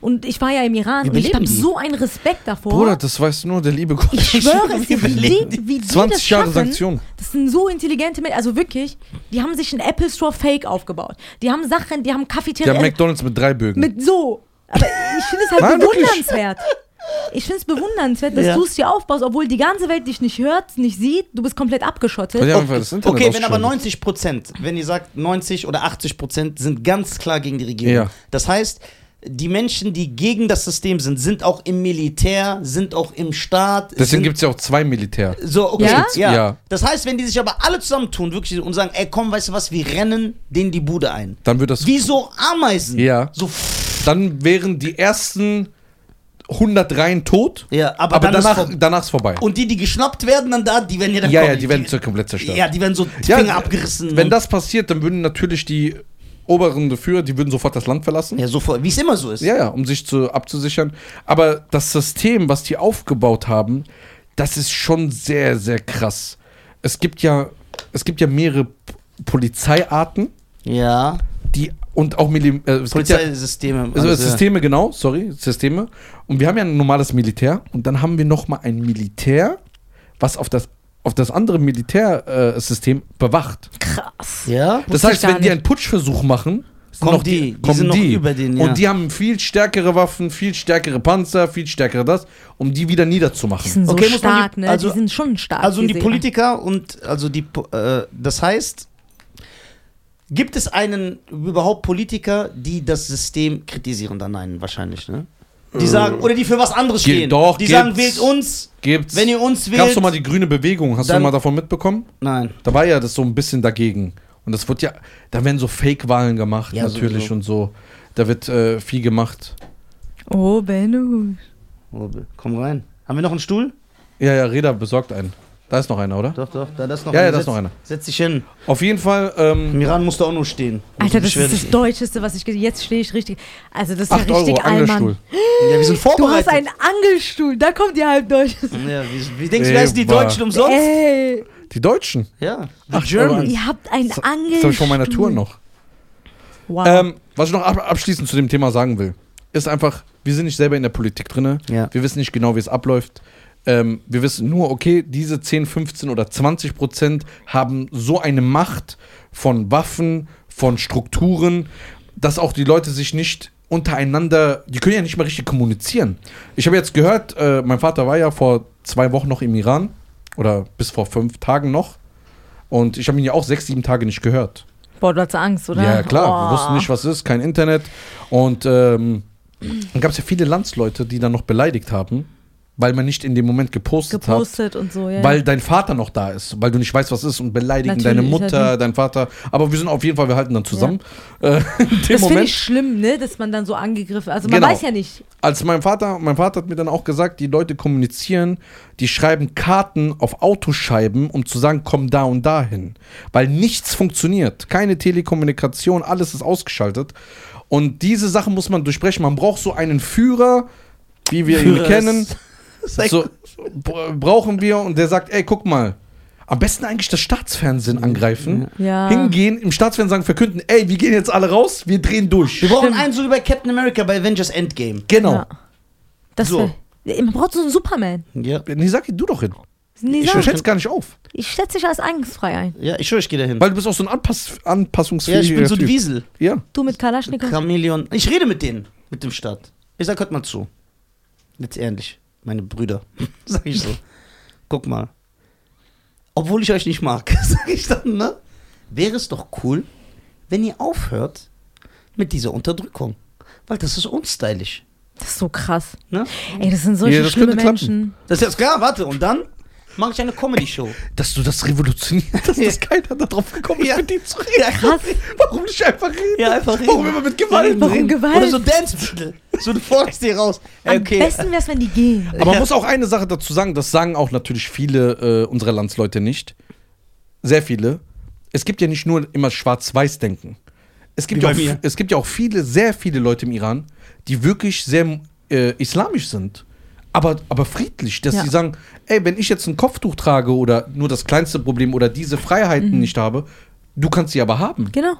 Speaker 1: Und ich war ja im Iran
Speaker 2: Wie
Speaker 1: und ich
Speaker 2: überleben
Speaker 1: habe
Speaker 2: die?
Speaker 1: so einen Respekt davor.
Speaker 3: Bruder, das weiß nur der liebe Gott.
Speaker 1: ich schwöre es dir, wie
Speaker 2: überleben
Speaker 1: die, wie die
Speaker 3: 20
Speaker 1: das
Speaker 3: Jahre
Speaker 1: schaffen,
Speaker 3: Sanktionen.
Speaker 1: Das sind so intelligente Menschen, also wirklich, die haben sich einen Apple Store Fake aufgebaut. Die haben Sachen, die haben
Speaker 3: Der
Speaker 1: Cafeteria.
Speaker 2: äh,
Speaker 3: McDonalds mit drei Bögen.
Speaker 1: Mit so. Aber ich finde es halt
Speaker 3: Nein, wirklich.
Speaker 1: bewundernswert. Ich finde es bewundernswert, dass
Speaker 2: Ja.
Speaker 1: du es dir aufbaust, obwohl die ganze Welt dich nicht hört, nicht sieht. Du bist komplett abgeschottet.
Speaker 3: Ja, einfach das
Speaker 2: okay,
Speaker 3: Internet
Speaker 2: Oh, okay, wenn aber
Speaker 3: ausschalten.
Speaker 2: 90 Prozent, wenn ihr sagt 90 oder 80 Prozent sind ganz klar gegen die Regierung.
Speaker 3: Ja.
Speaker 2: Das heißt, die Menschen, die gegen das System sind, sind auch im Militär, sind auch im Staat.
Speaker 3: Deswegen
Speaker 2: sind-
Speaker 3: gibt es ja auch zwei Militär.
Speaker 2: so, okay,
Speaker 1: Ja?
Speaker 2: ja?
Speaker 3: Ja.
Speaker 2: Das heißt, wenn die sich aber alle zusammentun, wirklich und sagen, ey, komm, weißt du was, wir rennen denen die Bude ein.
Speaker 3: Dann wird das.
Speaker 2: Wie so Ameisen.
Speaker 3: Ja.
Speaker 2: So, pff,
Speaker 3: Dann wären die ersten 100 Reihen tot.
Speaker 2: ja, aber,
Speaker 3: aber
Speaker 2: dann ist
Speaker 3: danach,
Speaker 2: vor-
Speaker 3: danach ist vorbei.
Speaker 2: Und die, die geschnappt werden, dann da, die werden ja dann.
Speaker 3: ja, ja,
Speaker 2: kommen.
Speaker 3: die werden zur komplett zerstört.
Speaker 2: Ja, die werden so die
Speaker 3: Ja,
Speaker 2: Finger abgerissen.
Speaker 3: Wenn
Speaker 2: und-
Speaker 3: das passiert, dann würden natürlich die oberen Führer, die würden sofort das Land verlassen.
Speaker 2: Ja, sofort, wie es immer so ist.
Speaker 3: Ja, ja, um sich zu, abzusichern. Aber das System, was die aufgebaut haben, das ist schon sehr, sehr krass. Es gibt ja, es gibt ja mehrere P- Polizeiarten,
Speaker 2: ja.
Speaker 3: die und auch Milim äh, es gibt ja-
Speaker 2: Polizeisysteme.
Speaker 3: Also
Speaker 2: alles, ja.
Speaker 3: Systeme, genau, sorry, Systeme. Und wir haben ja ein normales Militär und dann haben wir nochmal ein Militär, was auf das, auf das andere Militärsystem äh, System bewacht.
Speaker 1: Krass.
Speaker 2: Ja?
Speaker 3: Das
Speaker 1: Wusste ich
Speaker 3: heißt,
Speaker 1: gar
Speaker 3: wenn die
Speaker 1: nicht.
Speaker 3: einen Putschversuch machen, sind
Speaker 2: Kommen die, die sind noch über den, ja.
Speaker 3: Und die haben viel stärkere Waffen, viel stärkere Panzer, viel stärkere das, um die wieder
Speaker 1: Die
Speaker 3: niederzumachen.
Speaker 1: sind so
Speaker 2: Okay, muss man
Speaker 1: stark,
Speaker 2: die-
Speaker 1: ne?
Speaker 2: also-
Speaker 1: die sind schon stark.
Speaker 2: Also die
Speaker 1: Seelen.
Speaker 2: Politiker und also die Po- äh, das heißt, gibt es einen überhaupt Politiker, die das System kritisieren? Dann nein, wahrscheinlich, ne? Die sagen, oder die für was anderes
Speaker 3: Ge-
Speaker 2: stehen.
Speaker 3: Äh, doch,
Speaker 2: die sagen, wählt
Speaker 3: gibt's.
Speaker 2: uns,
Speaker 3: Gibt's.
Speaker 2: wenn ihr uns wählt.
Speaker 3: Gab's doch mal die grüne Bewegung, hast du
Speaker 2: Dann-
Speaker 3: mal davon mitbekommen?
Speaker 2: nein.
Speaker 3: Da war ja das so ein bisschen dagegen. Und das wird ja, da werden so Fake-Wahlen gemacht,
Speaker 2: Ja,
Speaker 3: natürlich
Speaker 2: sowieso.
Speaker 3: und so. Da wird äh, viel gemacht.
Speaker 1: Oh, Benno.
Speaker 2: Oh, komm rein. Haben wir noch einen Stuhl?
Speaker 3: Ja, ja, Reda besorgt einen. Da ist noch einer, oder?
Speaker 2: Doch, doch, da das noch
Speaker 3: Ja,
Speaker 2: einer.
Speaker 3: ja, da ist
Speaker 2: Setz-
Speaker 3: noch einer.
Speaker 2: Setz dich hin.
Speaker 3: Auf jeden Fall,
Speaker 2: Im
Speaker 3: ähm,
Speaker 2: Iran musst du auch nur stehen.
Speaker 1: Alter, das
Speaker 2: Schwer
Speaker 1: ist das
Speaker 2: dich-
Speaker 1: Deutscheste, was ich. ge- Jetzt stehe ich richtig. Also, das ist ja
Speaker 3: 8
Speaker 1: richtig
Speaker 3: Euro
Speaker 1: Allmann.
Speaker 3: Angelstuhl.
Speaker 2: Ja, wir sind
Speaker 1: Du hast
Speaker 2: vorbereitet.
Speaker 1: einen Angelstuhl, da kommt ihr halb durch.
Speaker 2: ja, wie, wie denkst du, wer ist die
Speaker 3: Eba.
Speaker 2: Deutschen umsonst?
Speaker 1: Ey,
Speaker 3: Die Deutschen.
Speaker 2: Ja.
Speaker 3: Ach,
Speaker 2: German.
Speaker 1: ihr habt einen Angelstuhl.
Speaker 3: Das habe ich von meiner Tour noch.
Speaker 1: Wow.
Speaker 3: Ähm, was ich noch ab abschließend zu dem Thema sagen will, ist einfach, wir sind nicht selber in der Politik drin.
Speaker 2: Ja.
Speaker 3: Wir wissen nicht genau, wie es abläuft. Ähm, wir wissen nur, okay, diese 10, 15 oder 20 Prozent haben so eine Macht von Waffen, von Strukturen, dass auch die Leute sich nicht untereinander, die können ja nicht mal richtig kommunizieren. Ich habe jetzt gehört, äh, mein Vater war ja vor zwei Wochen noch im Iran oder bis vor fünf Tagen noch und ich habe ihn ja auch sechs, sieben Tage nicht gehört.
Speaker 1: Boah, du hattest Angst, oder?
Speaker 3: Ja, klar,
Speaker 1: Boah.
Speaker 3: wir wussten nicht, was ist, kein Internet. Und ähm, dann gab es ja viele Landsleute, die dann noch beleidigt haben. weil man nicht in dem Moment gepostet,
Speaker 1: gepostet und so, ja.
Speaker 3: hat, weil dein Vater noch da ist, weil du nicht weißt, was ist und beleidigen
Speaker 1: Natürlich,
Speaker 3: deine
Speaker 1: halt
Speaker 3: Mutter, dein Vater. Aber wir sind auf jeden Fall, wir halten dann zusammen. Äh, in dem
Speaker 1: das finde
Speaker 3: Moment,
Speaker 1: ich schlimm, ne, dass man dann so angegriffen, also man
Speaker 3: Genau.
Speaker 1: weiß ja nicht.
Speaker 3: als mein Vater, mein Vater hat mir dann auch gesagt, die Leute kommunizieren, die schreiben Karten auf Autoscheiben, um zu sagen, komm da und dahin, weil nichts funktioniert, keine Telekommunikation, alles ist ausgeschaltet. Und diese Sachen muss man durchbrechen. Man braucht so einen Führer, wie wir ihn
Speaker 2: Führer
Speaker 3: kennen.
Speaker 2: ist- Sei
Speaker 3: So, br- brauchen wir und der sagt, ey, guck mal. Am besten eigentlich das Staatsfernsehen angreifen,
Speaker 1: Ja.
Speaker 3: hingehen, im Staatsfernsehen sagen, verkünden, ey, wir gehen jetzt alle raus, wir drehen durch.
Speaker 2: Wir brauchen einen so wie bei Captain America bei Avengers Endgame.
Speaker 3: genau.
Speaker 1: Ja. Das
Speaker 2: So.
Speaker 1: wär- man braucht so einen Superman.
Speaker 2: Ja,
Speaker 3: Nee, sag du doch hin. Ich
Speaker 1: Nisa,
Speaker 3: schätze es gar nicht auf.
Speaker 1: ich schätze dich als angstfrei ein.
Speaker 2: ja ich schwöre, ich gehe dahin.
Speaker 3: Weil du bist auch so ein Anpass
Speaker 2: Ja,
Speaker 3: anpassungsfähiger
Speaker 2: ich bin so ein
Speaker 3: Typ.
Speaker 2: Wiesel.
Speaker 3: Ja.
Speaker 1: Du mit Kalaschnikow.
Speaker 2: Chamäleon. Ich rede mit denen, mit dem Staat. Ich sag, hört mal zu. Jetzt ehrlich, meine Brüder, sag ich so. Guck mal. Obwohl ich euch nicht mag, sag ich dann, ne? Wäre es doch cool, wenn ihr aufhört mit dieser Unterdrückung. Weil das ist unstylisch.
Speaker 1: Das ist so krass.
Speaker 2: Ne?
Speaker 1: Ey, das sind solche
Speaker 3: Ja, das
Speaker 1: schlimme
Speaker 3: könnte klappen.
Speaker 1: Menschen.
Speaker 2: Das ist jetzt klar, warte, und dann mache ich eine Comedy-Show.
Speaker 3: Dass du das revolutionierst, dass das keiner darauf gekommen ist,
Speaker 2: Ja.
Speaker 3: mit dir zu reden.
Speaker 1: Krass.
Speaker 3: Warum nicht einfach reden?
Speaker 2: Ja, einfach reden.
Speaker 3: Warum immer mit Gewalt?
Speaker 1: Warum Gewalt?
Speaker 2: Oder so Dance-Titel. So du forderst dir raus.
Speaker 1: Am
Speaker 2: Okay.
Speaker 1: besten wäre es, wenn die gehen.
Speaker 3: Aber man
Speaker 2: Ja.
Speaker 3: muss auch eine Sache dazu sagen, das sagen auch natürlich viele äh, unserer Landsleute nicht. Sehr viele. Es gibt ja nicht nur immer Schwarz-Weiß-Denken. Es gibt,
Speaker 2: Wie
Speaker 3: ja auch,
Speaker 2: bei mir.
Speaker 3: es gibt ja auch viele, sehr viele Leute im Iran, die wirklich sehr äh, islamisch sind. Aber, aber friedlich, dass
Speaker 1: Ja.
Speaker 3: sie sagen, ey, wenn ich jetzt ein Kopftuch trage oder nur das kleinste Problem oder diese Freiheiten nicht habe, du kannst sie aber haben.
Speaker 1: Genau.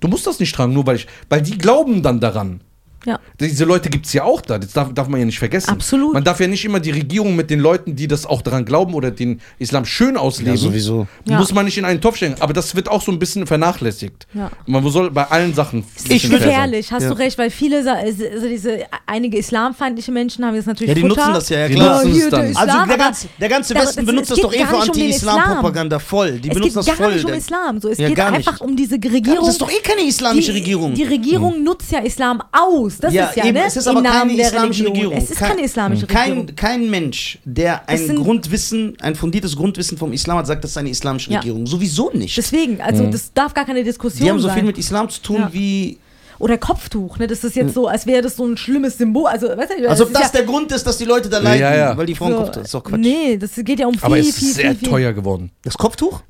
Speaker 3: Du musst das nicht tragen, nur weil ich, weil die glauben dann daran.
Speaker 1: Ja.
Speaker 3: Diese Leute gibt es ja auch da, das darf, darf man ja nicht vergessen.
Speaker 1: Absolut.
Speaker 3: Man darf ja nicht immer die Regierung mit den Leuten, die das auch daran glauben oder den Islam schön ausleben,
Speaker 2: Ja, sowieso.
Speaker 1: Ja.
Speaker 3: muss man nicht in einen Topf stellen. Aber das wird auch so ein bisschen vernachlässigt.
Speaker 1: Ja.
Speaker 3: Man soll bei allen Sachen. ein
Speaker 1: Es
Speaker 3: bisschen
Speaker 1: ist
Speaker 3: fair sein.
Speaker 1: gefährlich, hast
Speaker 2: Ja.
Speaker 1: du recht, weil viele, sa- also diese einige islamfeindliche Menschen haben jetzt natürlich
Speaker 2: Ja, die
Speaker 1: Futter.
Speaker 2: nutzen das ja, ja
Speaker 3: Die
Speaker 2: klar.
Speaker 3: nutzen
Speaker 1: hier
Speaker 3: es
Speaker 1: der
Speaker 3: dann.
Speaker 1: Islam,
Speaker 2: Also der,
Speaker 1: aber
Speaker 2: ganze, der ganze
Speaker 1: da-
Speaker 2: Westen
Speaker 1: das-
Speaker 2: benutzt
Speaker 1: es
Speaker 2: das doch
Speaker 1: geht
Speaker 2: eh
Speaker 1: gar
Speaker 2: für
Speaker 1: nicht um den Islam.
Speaker 2: Anti-Islam-Propaganda voll. Die
Speaker 1: es geht
Speaker 2: benutzen das
Speaker 1: gar
Speaker 2: voll.
Speaker 1: nicht um
Speaker 2: Der-
Speaker 1: Islam. So. Es
Speaker 2: Ja,
Speaker 1: geht
Speaker 2: gar nicht.
Speaker 1: einfach um diese
Speaker 2: Ja,
Speaker 1: Regierung.
Speaker 2: das ist doch eh keine islamische Regierung. Hm.
Speaker 1: Die Regierung nutzt ja Islam aus. Das
Speaker 2: Ja,
Speaker 1: ist ja
Speaker 2: eben,
Speaker 1: ne?
Speaker 2: es ist aber
Speaker 1: im Namen
Speaker 2: keine
Speaker 1: der
Speaker 2: islamische Regierung.
Speaker 1: Es ist
Speaker 2: Kein- Hm,
Speaker 1: keine islamische Regierung.
Speaker 2: Kein, kein Mensch, der ein
Speaker 1: sind-
Speaker 2: Grundwissen, ein fundiertes Grundwissen vom Islam hat, sagt, das ist eine islamische
Speaker 1: Ja.
Speaker 2: Regierung. Sowieso nicht.
Speaker 1: Deswegen, also das darf gar keine Diskussion
Speaker 2: Hm. Die haben so
Speaker 1: sein.
Speaker 2: viel mit Islam zu tun
Speaker 1: Ja.
Speaker 2: wie.
Speaker 1: Oder Kopftuch, ne? Das ist jetzt so, als wäre das so ein schlimmes Symbol. Also, weißt du,
Speaker 2: Als ob
Speaker 1: ist
Speaker 2: das
Speaker 1: ja
Speaker 2: der Grund ist, dass die Leute da leiden,
Speaker 3: Ja, ja.
Speaker 2: weil die Frauen
Speaker 1: so-
Speaker 2: Kopftuch. Das ist doch Quatsch.
Speaker 1: Nee, das geht ja um viel,
Speaker 3: Aber es
Speaker 1: viel,
Speaker 3: ist sehr
Speaker 1: viel, viel.
Speaker 3: teuer geworden.
Speaker 2: Das Kopftuch?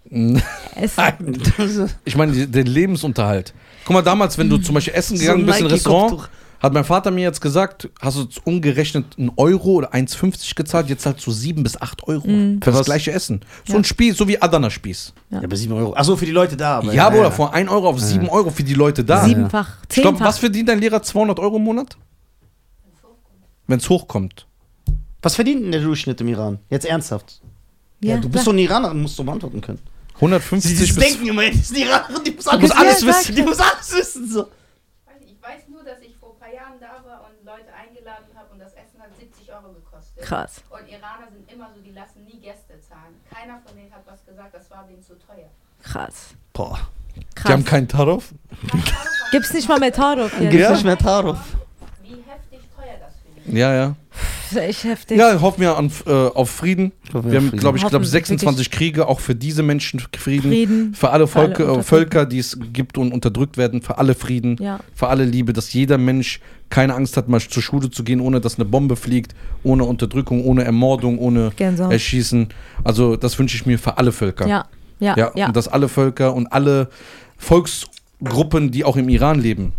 Speaker 1: Es,
Speaker 3: Ah, Ich meine, die- den Lebensunterhalt. Guck mal, damals, wenn du
Speaker 1: Hm.
Speaker 3: zum Beispiel essen gegangen
Speaker 2: ein
Speaker 3: bist in ein Restaurant,
Speaker 2: Nike-Kopftuch.
Speaker 3: hat mein Vater mir jetzt gesagt, hast du jetzt umgerechnet einen Euro oder 1,50 gezahlt, jetzt zahlst du 7 bis 8 Euro
Speaker 1: Hm.
Speaker 3: für das gleiche Essen. So ein Spieß, so wie Adana-Spieß.
Speaker 2: Ja, aber 7 Euro. Achso, für die Leute da. aber-
Speaker 3: Ja, Bruder, von 1 Euro auf 7 Euro für die Leute da.
Speaker 1: siebenfach,
Speaker 3: Ich glaube, was
Speaker 1: zehnfach.
Speaker 3: verdient ein Lehrer 200 Euro im Monat? Wenn es hochkommt.
Speaker 2: Was verdient denn der Durchschnitt im Iran? Jetzt ernsthaft. Ja, du
Speaker 1: klar.
Speaker 2: bist doch ein Iraner, musst du beantworten können.
Speaker 3: 150
Speaker 2: Sie
Speaker 3: bis.
Speaker 2: denken immer, die sind Iraner, die muss
Speaker 1: muss
Speaker 2: alles,
Speaker 1: alles
Speaker 2: alles wissen.
Speaker 1: wissen.
Speaker 2: Die muss alles wissen. So.
Speaker 5: Weiß nicht, Ich weiß nur, dass ich vor ein paar Jahren da war und Leute eingeladen habe und das Essen hat 70 Euro gekostet.
Speaker 1: Krass.
Speaker 5: Und Iraner sind immer so, die lassen nie Gäste zahlen. Keiner von denen hat was gesagt, das war denen zu teuer.
Speaker 1: Krass.
Speaker 2: Boah.
Speaker 1: Krass.
Speaker 3: Die haben keinen Tarif.
Speaker 1: Gibt's nicht mal mehr Tarot jetzt.
Speaker 2: Gibt's nicht mehr Tarov.
Speaker 5: Wie heftig teuer das für die ist.
Speaker 3: Ja, ja.
Speaker 1: Das ist echt heftig.
Speaker 3: Ja, hoffen wir an, äh, auf Frieden.
Speaker 2: Hoffen wir
Speaker 3: wir
Speaker 2: auf
Speaker 3: haben,
Speaker 2: Frieden.
Speaker 3: glaube ich, glaub,
Speaker 1: Hoffen,
Speaker 3: 26 Kriege, auch für diese Menschen Frieden.
Speaker 1: Frieden.
Speaker 3: Für alle,
Speaker 1: Für alle
Speaker 3: Volke, äh,
Speaker 1: unterdrückt.
Speaker 3: Völker, die es gibt und unterdrückt werden, für alle Frieden,
Speaker 1: Ja.
Speaker 3: für alle Liebe, dass jeder Mensch keine Angst hat, mal zur Schule zu gehen, ohne dass eine Bombe fliegt, ohne Unterdrückung, ohne Ermordung, ohne
Speaker 1: Gänsehaut.
Speaker 3: Erschießen. Also das wünsche ich mir für alle Völker.
Speaker 1: Ja, ja,
Speaker 3: Ja,
Speaker 1: ja.
Speaker 3: und dass alle Völker und alle Volksgruppen, die auch im Iran leben,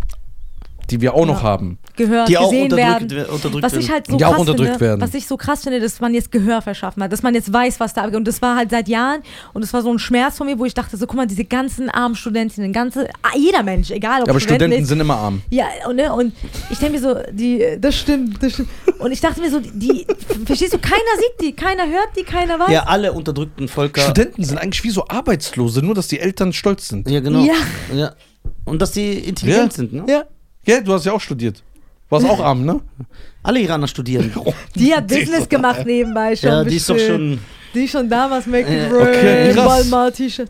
Speaker 3: die wir auch noch
Speaker 1: Ja.
Speaker 3: haben.
Speaker 1: Gehört,
Speaker 2: Die auch
Speaker 1: gesehen
Speaker 2: unterdrückt,
Speaker 1: werden.
Speaker 2: we- unterdrückt
Speaker 1: Was
Speaker 2: werden.
Speaker 1: ich halt so
Speaker 3: Die auch
Speaker 1: krass
Speaker 3: unterdrückt
Speaker 1: finde,
Speaker 3: werden.
Speaker 1: was ich so krass finde, dass man jetzt Gehör verschaffen hat, dass man jetzt weiß, was da abgeht. Und das war halt seit Jahren und es war so ein Schmerz von mir, wo ich dachte, so guck mal, diese ganzen armen Studentinnen, ganze, ah, jeder Mensch, egal ob
Speaker 3: Aber
Speaker 1: Studenten
Speaker 3: Studenten
Speaker 1: ist,
Speaker 3: sind immer arm.
Speaker 1: Ja, und, ne, und ich denke mir so, die, das stimmt, das stimmt. Und ich dachte mir so, die, verstehst du, keiner sieht die, keiner hört die, keiner weiß.
Speaker 2: Ja, alle unterdrückten Völker.
Speaker 3: Studenten sind eigentlich wie so Arbeitslose, nur dass die Eltern stolz sind.
Speaker 2: ja, genau.
Speaker 1: Ja.
Speaker 2: Ja. Und dass die intelligent sind, ne?
Speaker 3: Ja. Ja, du hast ja auch studiert. Warst auch arm, ne?
Speaker 2: Alle Iraner studieren.
Speaker 1: Die hat Business gemacht nebenbei schon.
Speaker 2: ja, die ist doch
Speaker 1: bestimmt.
Speaker 2: schon.
Speaker 1: Die schon damals Make
Speaker 2: Ja,
Speaker 1: it
Speaker 3: okay,
Speaker 1: rain,
Speaker 3: krass.
Speaker 1: Walmart T-Shirt.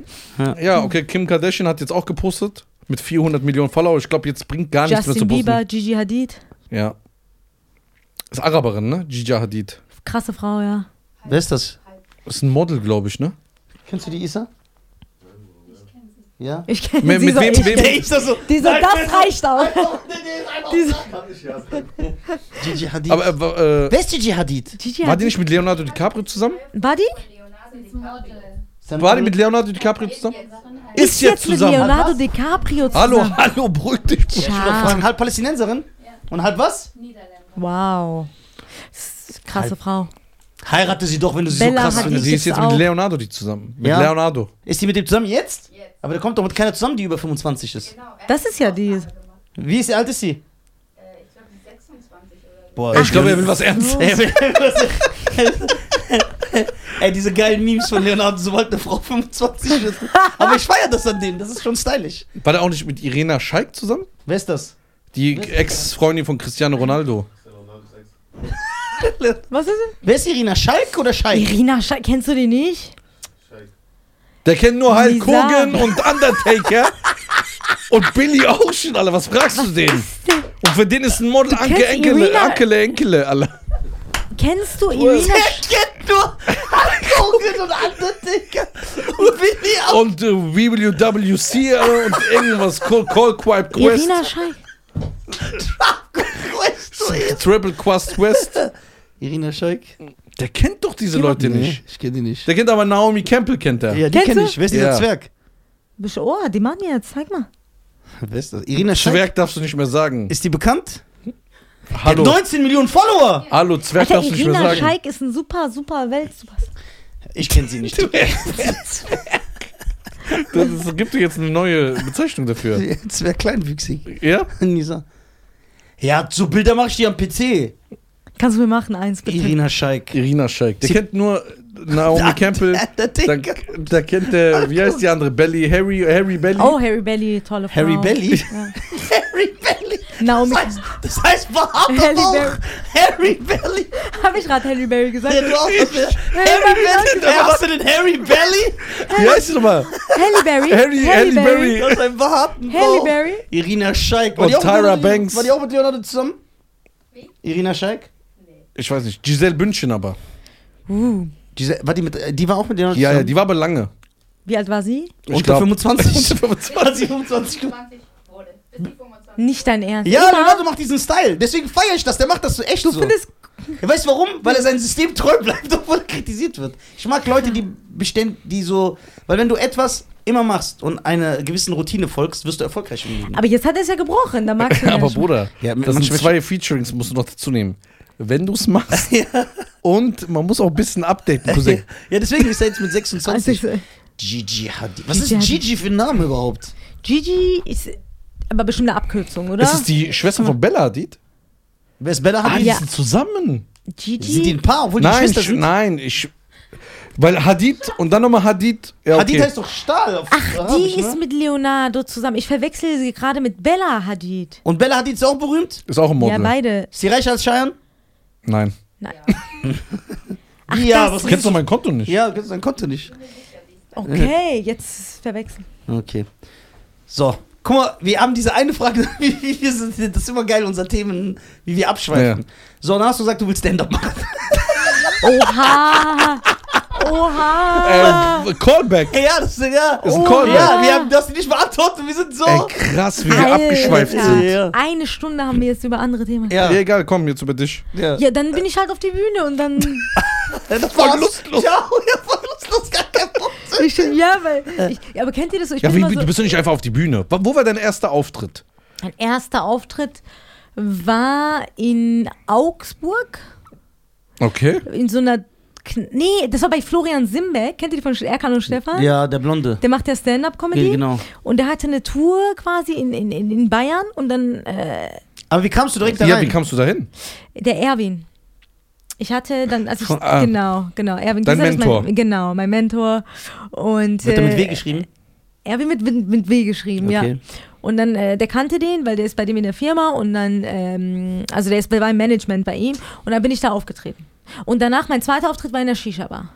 Speaker 3: Ja, okay, Kim Kardashian hat jetzt auch gepostet mit 400 Millionen Follower. Ich glaube, jetzt bringt gar nichts mehr zu
Speaker 1: Justin
Speaker 3: posten.
Speaker 1: Bieber, Gigi Hadid.
Speaker 3: Ja. Ist Araberin, ne? Gigi Hadid.
Speaker 1: Krasse Frau, ja.
Speaker 2: Wer ist das?
Speaker 3: Ist ein Model, glaube ich, ne?
Speaker 2: Kennst du die Isa? Ja?
Speaker 1: Ich kenne
Speaker 3: Mit-
Speaker 1: sie
Speaker 3: mit
Speaker 1: so.
Speaker 3: wem-
Speaker 1: ich,
Speaker 3: wem-
Speaker 2: Der Isa so.
Speaker 1: Die so,
Speaker 2: Nein,
Speaker 1: das
Speaker 2: nein,
Speaker 1: reicht auch. Diese,
Speaker 4: Kann ich ja sagen.
Speaker 2: Gigi Hadid.
Speaker 3: Aber äh, äh,
Speaker 2: Wer ist Gigi Hadid?
Speaker 1: Gigi
Speaker 3: war
Speaker 1: hat
Speaker 3: die nicht mit Leonardo DiCaprio zusammen?
Speaker 1: War die?
Speaker 5: Leonardo
Speaker 6: Sie ist
Speaker 5: DiCaprio.
Speaker 6: Model.
Speaker 3: War die mit Leonardo DiCaprio
Speaker 5: Ist
Speaker 3: zusammen?
Speaker 5: jetzt.
Speaker 3: Ist,
Speaker 1: Ist
Speaker 3: jetzt
Speaker 1: mit
Speaker 3: zusammen.
Speaker 1: Leonardo
Speaker 2: Was?
Speaker 1: DiCaprio zusammen.
Speaker 3: Hallo, hallo, beruhig dich.
Speaker 2: Ich will
Speaker 1: Ah.
Speaker 2: doch fragen, halb Palästinenserin?
Speaker 5: Ja.
Speaker 2: Und halb was?
Speaker 5: Niederländer.
Speaker 1: Wow. Das ist eine Krasse Frau.
Speaker 2: Heirate sie doch, wenn du sie
Speaker 1: Bella
Speaker 2: so krass
Speaker 1: Hadid.
Speaker 2: findest.
Speaker 3: Sie ist
Speaker 1: jetzt
Speaker 3: jetzt mit
Speaker 1: auch.
Speaker 3: Leonardo die zusammen. Mit
Speaker 2: Ja.
Speaker 3: Leonardo.
Speaker 2: Ist die mit dem zusammen jetzt?
Speaker 5: Jetzt.
Speaker 2: Aber da kommt doch mit keiner zusammen, die über 25 ist.
Speaker 5: Genau. er
Speaker 1: Das
Speaker 5: hat
Speaker 1: ist ja
Speaker 5: eine
Speaker 1: die-
Speaker 5: Ausnahme gemacht.
Speaker 2: Wie ist, alt ist sie?
Speaker 5: Äh, Ich glaube, 26 oder so.
Speaker 2: Boah,
Speaker 3: Ey, ich glaube, er will was Ernstes.
Speaker 2: Ey, wenn- was- Ey, diese geilen Memes von Leonardo, sobald eine Frau 25 ist. Aber ich feiere das an dem, das ist schon stylisch.
Speaker 3: War der auch nicht mit Irena Scheik zusammen?
Speaker 2: Wer ist das?
Speaker 3: Die Ex-Freundin von Cristiano Ronaldo.
Speaker 1: Was ist denn?
Speaker 2: Wer ist Irina? Schalk oder Scheik?
Speaker 1: Irina Scheik, kennst du die nicht?
Speaker 3: Der kennt nur Hulk
Speaker 1: Lisa.
Speaker 3: Hogan und Undertaker. und Billy Ocean, Alter. Was fragst du den? Und für den ist ein Model Anke
Speaker 1: kennst
Speaker 3: Enkele,
Speaker 1: Irina-
Speaker 3: Ankele Enkele, Alter.
Speaker 1: Kennst du Irina
Speaker 2: Der
Speaker 1: Sch-
Speaker 2: kennt nur Hulk Hogan und Undertaker und Billy auch.
Speaker 3: Und äh, WWWC Alter, und irgendwas. Call, Call Quipe Quest.
Speaker 1: Irina Scheik.
Speaker 2: Weißt du, Irina-
Speaker 3: Triple Quest Quest.
Speaker 2: Irina Scheik?
Speaker 3: Der kennt doch diese Leute nicht.
Speaker 2: ich kenne die nicht.
Speaker 3: Der kennt aber Naomi Campbell, kennt er.
Speaker 2: Ja, die
Speaker 1: Kennst
Speaker 2: kenne
Speaker 1: du?
Speaker 2: ich. Wer ist
Speaker 3: Ja.
Speaker 2: dieser Zwerg?
Speaker 1: Bist du- Oh, die Mann jetzt, zeig mal.
Speaker 2: Wer ist das? Irina Scheik?
Speaker 3: Zwerg darfst du nicht mehr sagen.
Speaker 2: Ist die bekannt?
Speaker 3: Hallo.
Speaker 2: Der hat 19 Millionen Follower!
Speaker 3: Hallo, Zwerg
Speaker 1: Alter,
Speaker 3: darfst du nicht mehr
Speaker 1: Irina
Speaker 3: sagen.
Speaker 1: Scheik ist ein super, super Welt.
Speaker 2: Ich kenne sie nicht.
Speaker 3: Das, das gibt dir jetzt eine neue Bezeichnung dafür.
Speaker 2: Zwerg kleinwüchsig.
Speaker 3: Ja?
Speaker 2: Nisa. Ja, so Bilder mache ich die am PC.
Speaker 1: Kannst du mir machen, eins bitte.
Speaker 2: Irina Scheik.
Speaker 3: Irina Scheik. Der
Speaker 2: Sie-
Speaker 3: kennt nur Naomi Campbell.
Speaker 2: Der
Speaker 3: Da,
Speaker 2: Dicker.
Speaker 3: da kennt der, wie heißt die andere? Belly, Harry, Harry Belly.
Speaker 1: Oh, Harry Belly, tolle Frau.
Speaker 2: Harry Belly.
Speaker 1: Ja.
Speaker 2: Harry Belly.
Speaker 1: Naomi.
Speaker 2: Das heißt, das heißt behauptet
Speaker 1: Harry
Speaker 2: auch
Speaker 1: Berry.
Speaker 2: Harry Belly.
Speaker 1: Habe ich gerade Harry Belly gesagt?
Speaker 2: Der du auch das- Harry Belly. Wer hast du denn Harry Belly?
Speaker 3: Wie heißt die nochmal?
Speaker 1: Halle Berry.
Speaker 3: Harry, Halle Berry. Oh.
Speaker 2: Das ist ein behaupten
Speaker 1: Halle
Speaker 2: Bauch.
Speaker 1: Berry.
Speaker 2: Irina Scheik.
Speaker 3: Und
Speaker 2: die auch mit
Speaker 3: Oh, Tyra
Speaker 2: Leonardo-
Speaker 3: Banks.
Speaker 2: War die auch mit Leonardo zusammen?
Speaker 5: Wie?
Speaker 2: Irina Scheik?
Speaker 5: Nee.
Speaker 3: Ich weiß nicht. Giselle Bündchen aber.
Speaker 1: Uh,
Speaker 2: Diese, war die, mit, äh, die war auch mit Leonardo
Speaker 3: Ja, ja,
Speaker 2: zusammen?
Speaker 3: die war aber lange.
Speaker 1: wie alt war sie?
Speaker 3: Ich
Speaker 2: Unter
Speaker 3: glaub-
Speaker 2: 25.
Speaker 3: Unter 25.
Speaker 2: 25
Speaker 5: 25 wurde. Bis die 25.
Speaker 1: Nicht dein Ernst.
Speaker 2: Ja,
Speaker 1: Immer?
Speaker 2: Leonardo macht diesen Style. Deswegen feiere ich das. Der macht das so echt
Speaker 1: Du
Speaker 2: so.
Speaker 1: findest.
Speaker 2: Ja, weißt du warum? Weil er seinem System treu bleibt, obwohl er kritisiert wird. Ich mag Leute, die beständig, die so. Weil wenn du etwas immer machst und einer gewissen Routine folgst, wirst du erfolgreich im Leben.
Speaker 1: Aber jetzt hat er es ja gebrochen, da magst du ihn
Speaker 3: Aber
Speaker 1: ja schon.
Speaker 3: Bruder,
Speaker 2: Ja,
Speaker 3: das
Speaker 2: manchmal-
Speaker 3: sind zwei Featurings, musst du noch dazu nehmen. Wenn du es machst. Und man muss auch ein bisschen updaten, Cousin.
Speaker 2: Ja, deswegen ist er jetzt mit 26.
Speaker 1: Also, ich-
Speaker 2: Gigi Hadid. Was ist
Speaker 1: Gigi Hadid.
Speaker 2: Gigi für ein Name überhaupt?
Speaker 1: Gigi ist aber bestimmt eine Abkürzung, oder?
Speaker 3: Ist es die Schwester von Bella Hadid?
Speaker 2: Wer ist Bella
Speaker 3: Ah, die
Speaker 2: Hadid?
Speaker 3: sind zusammen.
Speaker 2: Sind die ein
Speaker 1: Gigi.
Speaker 2: Paar, obwohl die
Speaker 3: nein,
Speaker 2: Schwester
Speaker 3: ich,
Speaker 2: sind?
Speaker 3: nein, ich. Weil Hadid und dann nochmal Hadid. Ja, okay.
Speaker 2: Hadid heißt doch Stahl. Auf
Speaker 1: Ach,
Speaker 2: Arabisch,
Speaker 1: die
Speaker 2: ne?
Speaker 1: ist mit Leonardo zusammen. Ich verwechsel sie gerade mit Bella Hadid.
Speaker 2: Und Bella Hadid ist auch berühmt?
Speaker 3: ist auch ein
Speaker 1: Ja,
Speaker 3: Model.
Speaker 1: beide.
Speaker 2: Ist sie reicher als Cheyenne?
Speaker 3: nein.
Speaker 1: Ach,
Speaker 2: Ja,
Speaker 1: das
Speaker 2: was
Speaker 3: Kennst du mein Konto nicht?
Speaker 2: Oh, Ja, dann konnte nicht.
Speaker 1: Okay, jetzt verwechseln.
Speaker 2: Okay. So. Guck mal, wir haben diese eine Frage, wie- wie wir sind, das ist immer geil, unsere Themen, wie wir abschweifen.
Speaker 3: Ja.
Speaker 2: So, dann hast du gesagt, du willst Stand-up machen.
Speaker 1: Oha! Oha!
Speaker 3: Äh, Callback.
Speaker 2: Ja, ja, das ist ja.
Speaker 3: Ist ein
Speaker 1: Oh,
Speaker 3: Callback.
Speaker 2: ja, wir haben das nicht beantwortet, wir sind so.
Speaker 3: Ey, krass, wie wir abgeschweift
Speaker 1: Alter.
Speaker 3: sind.
Speaker 2: Ja.
Speaker 1: Eine Stunde haben wir jetzt über andere Themen.
Speaker 2: Ja.
Speaker 3: Ja, egal, komm jetzt über dich.
Speaker 2: ja.
Speaker 1: Ja, dann bin ich halt auf die Bühne und dann.
Speaker 2: das
Speaker 3: voll
Speaker 2: war's.
Speaker 3: lustlos.
Speaker 2: Ja, ja, voll lustlos, gar kein Punkt.
Speaker 1: Ich bin, ja, weil. Ich, ja, aber kennt ihr das so? Ich
Speaker 3: Ja,
Speaker 1: bin
Speaker 3: wie,
Speaker 1: immer
Speaker 3: wie,
Speaker 1: so
Speaker 3: du bist doch nicht einfach auf die Bühne. Wo wo war dein erster Auftritt?
Speaker 1: mein erster Auftritt war in Augsburg,
Speaker 3: Okay.
Speaker 1: in so einer. Kn nee, das war bei Florian Simbeck. Kennt ihr die von Erkan und Stefan?
Speaker 2: Ja, der Blonde.
Speaker 1: Der macht ja Stand-Up-Comedy.
Speaker 2: Ja, genau.
Speaker 1: Und der hatte eine Tour quasi in, in, in in Bayern und dann äh,
Speaker 2: Aber wie kamst du direkt da
Speaker 3: Ja, wie
Speaker 2: rein?
Speaker 3: kamst du dahin?
Speaker 1: der Erwin. Ich hatte dann, also ich,
Speaker 3: Von- ah.
Speaker 1: genau, genau, Erwin
Speaker 3: Dein
Speaker 1: Gieser ist
Speaker 3: Mentor.
Speaker 1: Mein, genau, mein Mentor. Und,
Speaker 2: Wird er mit
Speaker 1: äh,
Speaker 2: W geschrieben?
Speaker 1: Erwin mit, mit, mit W geschrieben, ja.
Speaker 2: Okay.
Speaker 1: Und dann, äh, der kannte den, weil der ist bei dem in der Firma und dann, ähm, also der ist bei beim Management bei ihm und dann bin ich da aufgetreten. Und danach, mein zweiter Auftritt war in der Shisha-Bar,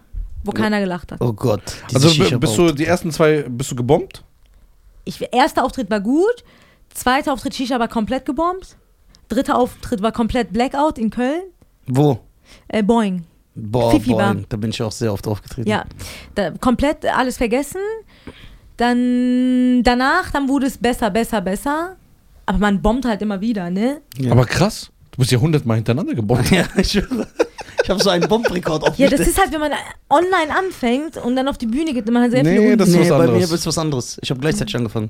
Speaker 1: wo keiner gelacht hat.
Speaker 2: Oh Gott. diese
Speaker 3: Also b-
Speaker 2: Shisha
Speaker 3: bist
Speaker 2: Bowl.
Speaker 3: du die ersten zwei, bist du gebombt?
Speaker 1: Ich, erster Auftritt war gut, zweiter Auftritt Shisha-Bar komplett gebombt, dritter Auftritt war komplett Blackout in Köln,
Speaker 2: Wo?
Speaker 1: äh, Boeing.
Speaker 2: Boah,
Speaker 1: Fifi war.
Speaker 2: boing, da bin ich auch sehr oft aufgetreten.
Speaker 1: Ja, da, komplett alles vergessen. Dann danach, dann wurde es besser, besser, besser. Aber man bombt halt immer wieder, ne?
Speaker 2: Ja.
Speaker 3: Aber krass, du bist ja hundertmal hintereinander gebombt.
Speaker 2: Ja, ich, ich habe so einen Bombenrekord
Speaker 1: Ja,
Speaker 2: aufgestellt.
Speaker 1: das ist halt, wenn man online anfängt und dann auf die Bühne geht, man hat sehr viele
Speaker 3: Nee,
Speaker 1: Un
Speaker 3: das ist
Speaker 2: nee,
Speaker 3: was
Speaker 2: bei mir
Speaker 3: anderes.
Speaker 2: ist was anderes. Ich habe gleichzeitig angefangen.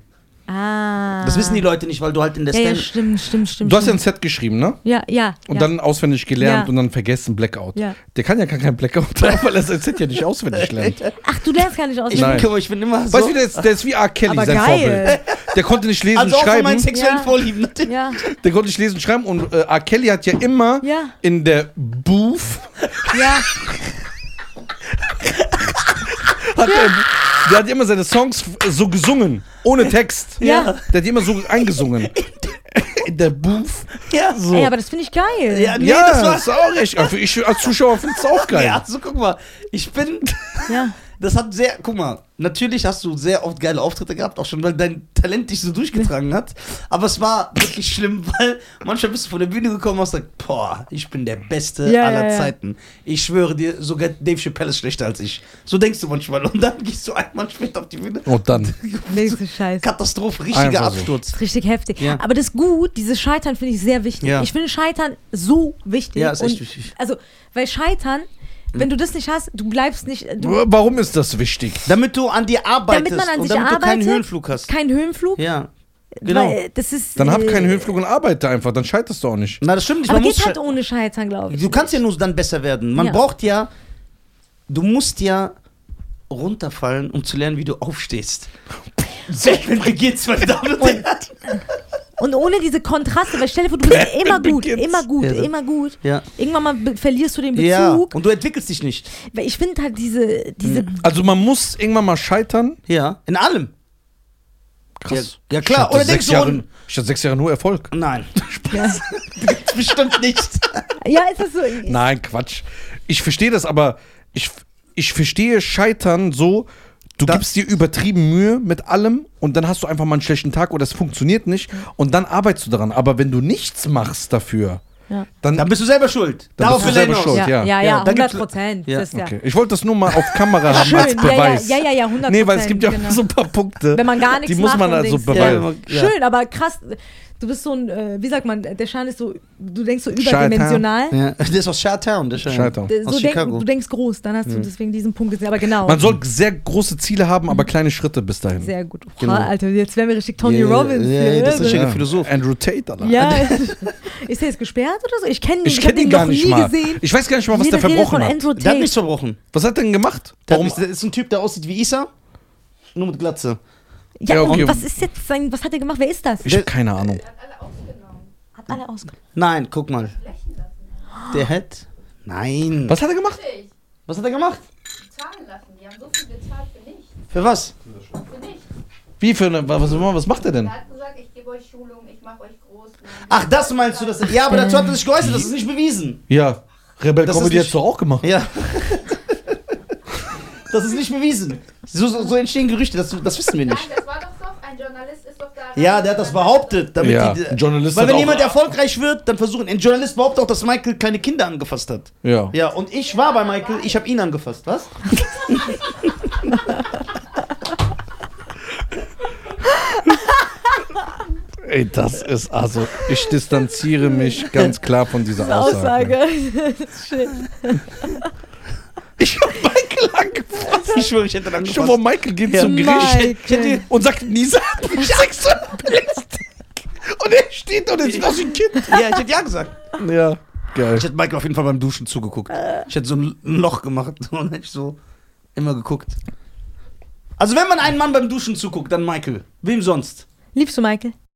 Speaker 1: Ah.
Speaker 2: Das wissen die Leute nicht, weil du halt in der
Speaker 1: Ja, ja,
Speaker 2: Stand...
Speaker 1: stimmt, stimmt, stimmt.
Speaker 3: Du hast ja ein
Speaker 1: stimmt.
Speaker 3: Set geschrieben, ne?
Speaker 1: ja, ja.
Speaker 3: Und
Speaker 1: ja.
Speaker 3: dann auswendig gelernt
Speaker 1: Ja.
Speaker 3: und dann vergessen Blackout.
Speaker 1: Ja.
Speaker 3: Der kann ja gar kein Blackout haben, weil er sein Set ja nicht auswendig lernt.
Speaker 1: Ach, du lernst gar nicht aus. ne?
Speaker 2: Ich,
Speaker 3: Nein.
Speaker 2: bin, ich bin immer so...
Speaker 3: Weißt du, der ist, der ist wie R. Kelly,
Speaker 1: Aber
Speaker 3: sein
Speaker 1: geil.
Speaker 3: Vorbild. Der konnte nicht lesen
Speaker 2: also
Speaker 3: und
Speaker 2: auch von meinen
Speaker 3: schreiben.
Speaker 2: sexuellen
Speaker 1: Ja.
Speaker 2: Vorlieben. natürlich.
Speaker 1: Ja,
Speaker 3: Der konnte nicht lesen und schreiben. Und äh, R. Kelly hat ja immer
Speaker 1: Ja.
Speaker 3: in der Booth,
Speaker 1: ja.
Speaker 3: hat er, der hat immer seine Songs f- so gesungen, ohne Text.
Speaker 1: Ja.
Speaker 3: Der hat die immer so eingesungen. In der Booth.
Speaker 2: Ja, so.
Speaker 1: Ey, aber das finde ich geil.
Speaker 2: Ja, Ah, nee,
Speaker 3: ja,
Speaker 2: das war's.
Speaker 3: ist auch echt. Aber Ich als Zuschauer finde es auch geil.
Speaker 2: Ja, also guck mal, ich bin...
Speaker 1: ja.
Speaker 2: Das hat sehr, guck mal, natürlich hast du sehr oft geile Auftritte gehabt, auch schon, weil dein Talent dich so durchgetragen hat. Aber es war wirklich schlimm, weil manchmal bist du von der Bühne gekommen und hast gesagt, boah, ich bin der Beste
Speaker 1: Ja,
Speaker 2: aller
Speaker 1: ja, ja.
Speaker 2: Zeiten. Ich schwöre dir, sogar Dave Chappelle ist schlechter als ich. So denkst du manchmal. Und dann gehst du einmal später auf die Bühne.
Speaker 3: Und dann.
Speaker 1: Nächste Scheiße.
Speaker 2: Katastrophe, richtiger
Speaker 3: Oh. Einfach so.
Speaker 2: Absturz.
Speaker 1: ist richtig heftig.
Speaker 2: Ja.
Speaker 1: Aber das ist gut, dieses Scheitern finde ich sehr wichtig.
Speaker 2: Ja.
Speaker 1: Ich finde Scheitern so wichtig.
Speaker 2: Ja, ist echt
Speaker 1: Und-
Speaker 2: wichtig.
Speaker 1: Also, weil Scheitern, wenn du das nicht hast, du bleibst nicht. Du,
Speaker 3: Warum ist das wichtig?
Speaker 2: Damit du an dir arbeitest
Speaker 1: damit man an
Speaker 2: und
Speaker 1: sich
Speaker 2: damit
Speaker 1: arbeitet.
Speaker 2: du keinen Höhenflug hast.
Speaker 1: Keinen Höhenflug.
Speaker 2: ja, genau.
Speaker 1: Weil das ist,
Speaker 3: Dann hab
Speaker 1: äh,
Speaker 3: keinen Höhenflug und arbeite einfach, dann scheiterst du auch nicht.
Speaker 2: Na, das stimmt nicht.
Speaker 1: Aber
Speaker 2: man muss
Speaker 1: geht halt
Speaker 2: sche-
Speaker 1: ohne Scheitern, glaube ich.
Speaker 2: Du kannst ja nur dann besser werden. Man
Speaker 1: Ja.
Speaker 2: braucht ja, du musst ja runterfallen, um zu lernen, wie du aufstehst. Wenn beginnst, meine Damen und Herren.
Speaker 1: Und ohne diese Kontraste, weil stell dir vor, du bist immer gut,
Speaker 3: beginnt's.
Speaker 1: immer gut,
Speaker 2: Ja, das-
Speaker 1: immer gut.
Speaker 2: Ja.
Speaker 1: Irgendwann mal be- verlierst du den
Speaker 2: ja.
Speaker 1: Bezug.
Speaker 2: Und Hm. du entwickelst dich nicht.
Speaker 1: Weil ich finde halt diese, diese
Speaker 3: Also man muss irgendwann mal scheitern.
Speaker 2: Ja. In allem.
Speaker 3: Krass.
Speaker 2: Ja, ja klar.
Speaker 3: Ich hatte
Speaker 2: Oder
Speaker 3: sechs
Speaker 2: denkst du,
Speaker 3: Jahre,
Speaker 2: und-
Speaker 3: ich hatte sechs Jahre nur Erfolg.
Speaker 2: Nein.
Speaker 1: ja.
Speaker 2: Bestimmt nicht.
Speaker 1: ja, ist das so?
Speaker 3: Nein, Quatsch. Ich verstehe das, aber ich, ich verstehe Scheitern so, du
Speaker 2: Da-
Speaker 3: gibst dir übertrieben Mühe mit allem und dann hast du einfach mal einen schlechten Tag oder es funktioniert nicht und dann arbeitest du daran. Aber wenn du nichts machst dafür,
Speaker 1: Ja.
Speaker 3: dann,
Speaker 2: Dann bist du selber schuld. Darauf
Speaker 3: bist
Speaker 2: will
Speaker 3: du
Speaker 2: er
Speaker 3: selber
Speaker 2: hinaus. Ja.
Speaker 3: schuld.
Speaker 1: Ja, ja,
Speaker 3: ja.
Speaker 1: ja,
Speaker 2: Ja, da gibt's-
Speaker 1: 100 Prozent.
Speaker 2: Ja,
Speaker 1: Das ist ja.
Speaker 3: Okay. Ich wollte das nur mal auf Kamera haben als
Speaker 1: Schön, ja,
Speaker 3: Beweis.
Speaker 1: ja, ja, ja, ja, 100%,
Speaker 3: Nee, weil es gibt ja
Speaker 1: genau.
Speaker 3: so ein paar Punkte,
Speaker 1: Wenn man gar
Speaker 3: die
Speaker 1: nichts
Speaker 3: muss
Speaker 1: macht
Speaker 3: man
Speaker 1: und
Speaker 3: also
Speaker 1: denkst,
Speaker 3: beweisen.
Speaker 2: ja.
Speaker 1: Schön, aber krass. Du bist so ein, äh, wie sagt man, der Schein ist so, du denkst so überdimensional.
Speaker 2: Ja. Das ist aus Shatown, der Schein.
Speaker 3: Scheitern.
Speaker 1: D-
Speaker 2: Aus
Speaker 1: So denk,
Speaker 2: Chicago. Hm.
Speaker 1: du denkst groß, dann hast du deswegen diesen Punkt gesehen. Aber genau.
Speaker 3: Man soll sehr große Ziele haben, aber kleine Schritte bis dahin.
Speaker 1: Mhm. sehr gut. Oha,
Speaker 2: Genau.
Speaker 1: Alter, jetzt wären wir richtig Tony
Speaker 2: Ja, ja,
Speaker 1: Robbins.
Speaker 2: ja,
Speaker 1: hier,
Speaker 2: ja, das ist
Speaker 1: ne?
Speaker 2: richtig. Richtiger Philosoph.
Speaker 3: Andrew Tate, Alter.
Speaker 1: ja, ist der jetzt gesperrt oder so? Ich kenne ihn,
Speaker 3: Ich
Speaker 1: ich, hab
Speaker 3: kenne ihn
Speaker 1: noch
Speaker 3: gar nicht
Speaker 1: nie
Speaker 3: mal.
Speaker 1: gesehen.
Speaker 3: Ich weiß gar nicht mal, was
Speaker 1: Jeder
Speaker 3: der
Speaker 1: redet von
Speaker 3: verbrochen hat.
Speaker 1: Andrew
Speaker 2: Der hat
Speaker 1: Tate.
Speaker 2: nichts verbrochen.
Speaker 3: Was hat er denn gemacht?
Speaker 2: Der
Speaker 3: Warum?
Speaker 2: Ist, das ist ein Typ, der aussieht wie Isa, nur mit Glatze.
Speaker 1: Ja,
Speaker 3: Ja, okay.
Speaker 1: und was ist jetzt sein, was hat er gemacht? Wer ist das?
Speaker 3: Ich habe keine Ahnung.
Speaker 5: Hat alle aufgenommen.
Speaker 1: Hat alle ausgenommen.
Speaker 2: Nein, guck mal.
Speaker 5: Lächeln lassen.
Speaker 2: Der hat. Nein.
Speaker 3: Was hat er gemacht?
Speaker 5: Natürlich.
Speaker 2: Was hat er gemacht?
Speaker 5: Zahlen lassen. Die haben so viel gezahlt für nichts.
Speaker 2: Für was?
Speaker 5: Für nichts.
Speaker 3: Wie für eine, was, was macht er denn?
Speaker 5: Er hat gesagt, ich gebe euch Schulung, ich mache euch groß.
Speaker 2: Ach, das meinst du? Das, ja, aber dazu hat er sich geäußert, das ist nicht bewiesen.
Speaker 3: Ja, Rebel
Speaker 2: Das ist
Speaker 3: Comedy
Speaker 2: nicht-
Speaker 3: hast du auch gemacht.
Speaker 2: Ja. Das ist nicht bewiesen. So, so, so entstehen Gerüchte, das, das wissen wir
Speaker 5: Nein,
Speaker 2: nicht.
Speaker 5: das war doch so. Ein Journalist ist doch da.
Speaker 2: Ja, der hat das behauptet, damit
Speaker 3: Ja,
Speaker 2: die,
Speaker 3: ein Journalist
Speaker 2: Weil
Speaker 3: hat
Speaker 2: wenn
Speaker 3: auch-
Speaker 2: jemand erfolgreich wird, dann versuchen. Ein Journalist behauptet auch, dass Michael kleine Kinder angefasst hat.
Speaker 3: Ja.
Speaker 2: Ja, und ich war bei Michael, ich habe ihn angefasst, was?
Speaker 3: Ey, das ist also. Ich distanziere mich ganz klar von dieser Aussage.
Speaker 1: Aussage. Das ist schön.
Speaker 3: Ich hab Michael angefasst.
Speaker 2: Ich schwöre, ich hätte ihn
Speaker 3: Ich hab
Speaker 2: angefasst.
Speaker 3: Michael geht
Speaker 2: Ja.
Speaker 3: zum Gericht
Speaker 2: Ich hätte,
Speaker 3: und sagt, Nisa hat mich sexuell belästigt. Und er steht und ist was ein Kind.
Speaker 2: ja, ich hätte ja gesagt.
Speaker 3: Ja, geil.
Speaker 2: Ich hätte Michael auf jeden Fall beim Duschen zugeguckt. Ich hätte so ein Loch gemacht und hätte ich so immer geguckt. Also wenn man einen Mann beim Duschen zuguckt, dann Michael. Wem sonst?
Speaker 1: Liebst du Michael?